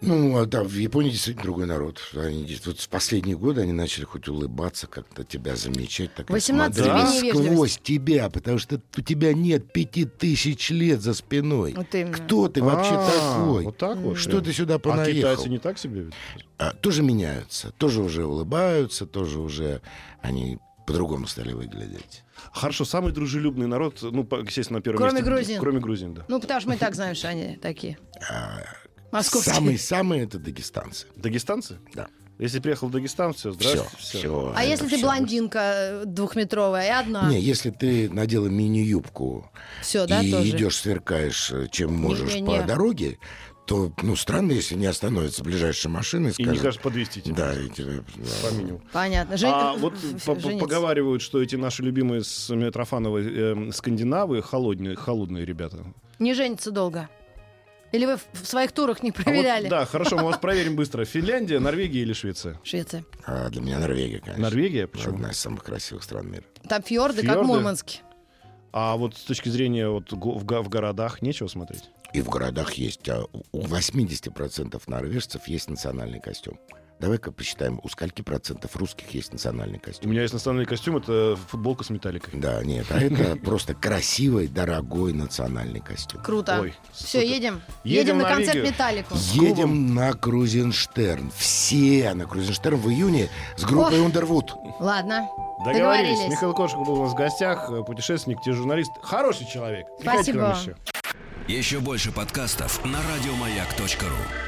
[SPEAKER 3] Ну, а да, в Японии действительно другой народ. Они, действ- вот в последние годы они начали хоть улыбаться, как-то тебя замечать. Так
[SPEAKER 2] 18 дней
[SPEAKER 3] сквозь тебя, потому что у тебя нет пяти тысяч лет за спиной.
[SPEAKER 2] Вот именно.
[SPEAKER 3] Кто ты вообще
[SPEAKER 4] А,
[SPEAKER 3] такой?
[SPEAKER 4] Вот так вот.
[SPEAKER 3] Что
[SPEAKER 4] прям.
[SPEAKER 3] ты сюда
[SPEAKER 4] А китайцы
[SPEAKER 3] понаехал?
[SPEAKER 4] не так себе ведут?
[SPEAKER 3] А, тоже меняются, тоже уже улыбаются, тоже уже они по-другому стали выглядеть.
[SPEAKER 4] Хорошо, самый дружелюбный народ, ну, по- естественно, на первом
[SPEAKER 2] Кроме
[SPEAKER 4] месте.
[SPEAKER 2] грузин.
[SPEAKER 4] Кроме грузин, да.
[SPEAKER 2] Ну, потому что мы и так знаем, что они такие.
[SPEAKER 3] А,
[SPEAKER 2] Московские.
[SPEAKER 3] Самые-самые это дагестанцы.
[SPEAKER 4] Дагестанцы?
[SPEAKER 3] Да.
[SPEAKER 4] Если приехал в Дагестан, все,
[SPEAKER 3] Все,
[SPEAKER 4] здравствуйте. всё.
[SPEAKER 3] все.
[SPEAKER 2] А если ты блондинка э, двухметровая и одна,
[SPEAKER 3] Не, если ты надела мини-юбку
[SPEAKER 2] все, да,
[SPEAKER 3] и
[SPEAKER 2] тоже?
[SPEAKER 3] идешь, сверкаешь, э, чем можешь
[SPEAKER 2] Не-не-не.
[SPEAKER 3] по дороге, то, ну, странно, если не остановится ближайшая машина и
[SPEAKER 4] И не
[SPEAKER 3] скажет...
[SPEAKER 4] кажется, подвести тебя.
[SPEAKER 3] да, и тебе,
[SPEAKER 4] По
[SPEAKER 3] да.
[SPEAKER 4] минимуму.
[SPEAKER 2] Понятно. Жен-
[SPEAKER 4] А вот
[SPEAKER 2] в-
[SPEAKER 4] по- по-
[SPEAKER 2] жениться.
[SPEAKER 4] поговаривают, что эти наши любимые с Митрофановой эм, скандинавы холодные, холодные ребята. А
[SPEAKER 2] Не женится долго. Или вы в в своих турах не
[SPEAKER 4] А вот,
[SPEAKER 2] проверяли?
[SPEAKER 4] да, хорошо, мы вас проверим быстро. Финляндия, Норвегия или Швеция?
[SPEAKER 2] Швеция.
[SPEAKER 3] А для меня Норвегия, конечно.
[SPEAKER 4] Норвегия, почему?
[SPEAKER 3] Одна из самых красивых стран мира.
[SPEAKER 2] Там фьорды, как
[SPEAKER 4] Фьорды?
[SPEAKER 2] Мурманск.
[SPEAKER 4] А вот с точки зрения вот го- в, го- в городах нечего смотреть.
[SPEAKER 3] И в городах есть... а, У 80% норвежцев есть национальный костюм. Давай-ка посчитаем, у скольки процентов русских есть национальный
[SPEAKER 4] У
[SPEAKER 3] костюм?
[SPEAKER 4] меня есть национальный костюм, это футболка с металликой.
[SPEAKER 3] Да, нет, а это просто красивый, дорогой национальный костюм.
[SPEAKER 2] Круто.
[SPEAKER 4] Ой,
[SPEAKER 2] Все,
[SPEAKER 4] супер.
[SPEAKER 2] едем.
[SPEAKER 4] Едем
[SPEAKER 2] Едем на
[SPEAKER 4] на
[SPEAKER 2] концерт
[SPEAKER 4] Вигию.
[SPEAKER 2] Металлику.
[SPEAKER 3] Едем на Крузенштерн. Все на Крузенштерн в июне с группой Underwood.
[SPEAKER 2] Ладно.
[SPEAKER 4] Договорились.
[SPEAKER 2] Договорились.
[SPEAKER 4] Михаил Кошек был у нас в гостях, э, путешественник, тележурналист. Хороший человек. Приходите к нам
[SPEAKER 2] Спасибо.
[SPEAKER 4] еще.
[SPEAKER 1] Еще больше подкастов на радиомаяк.ру.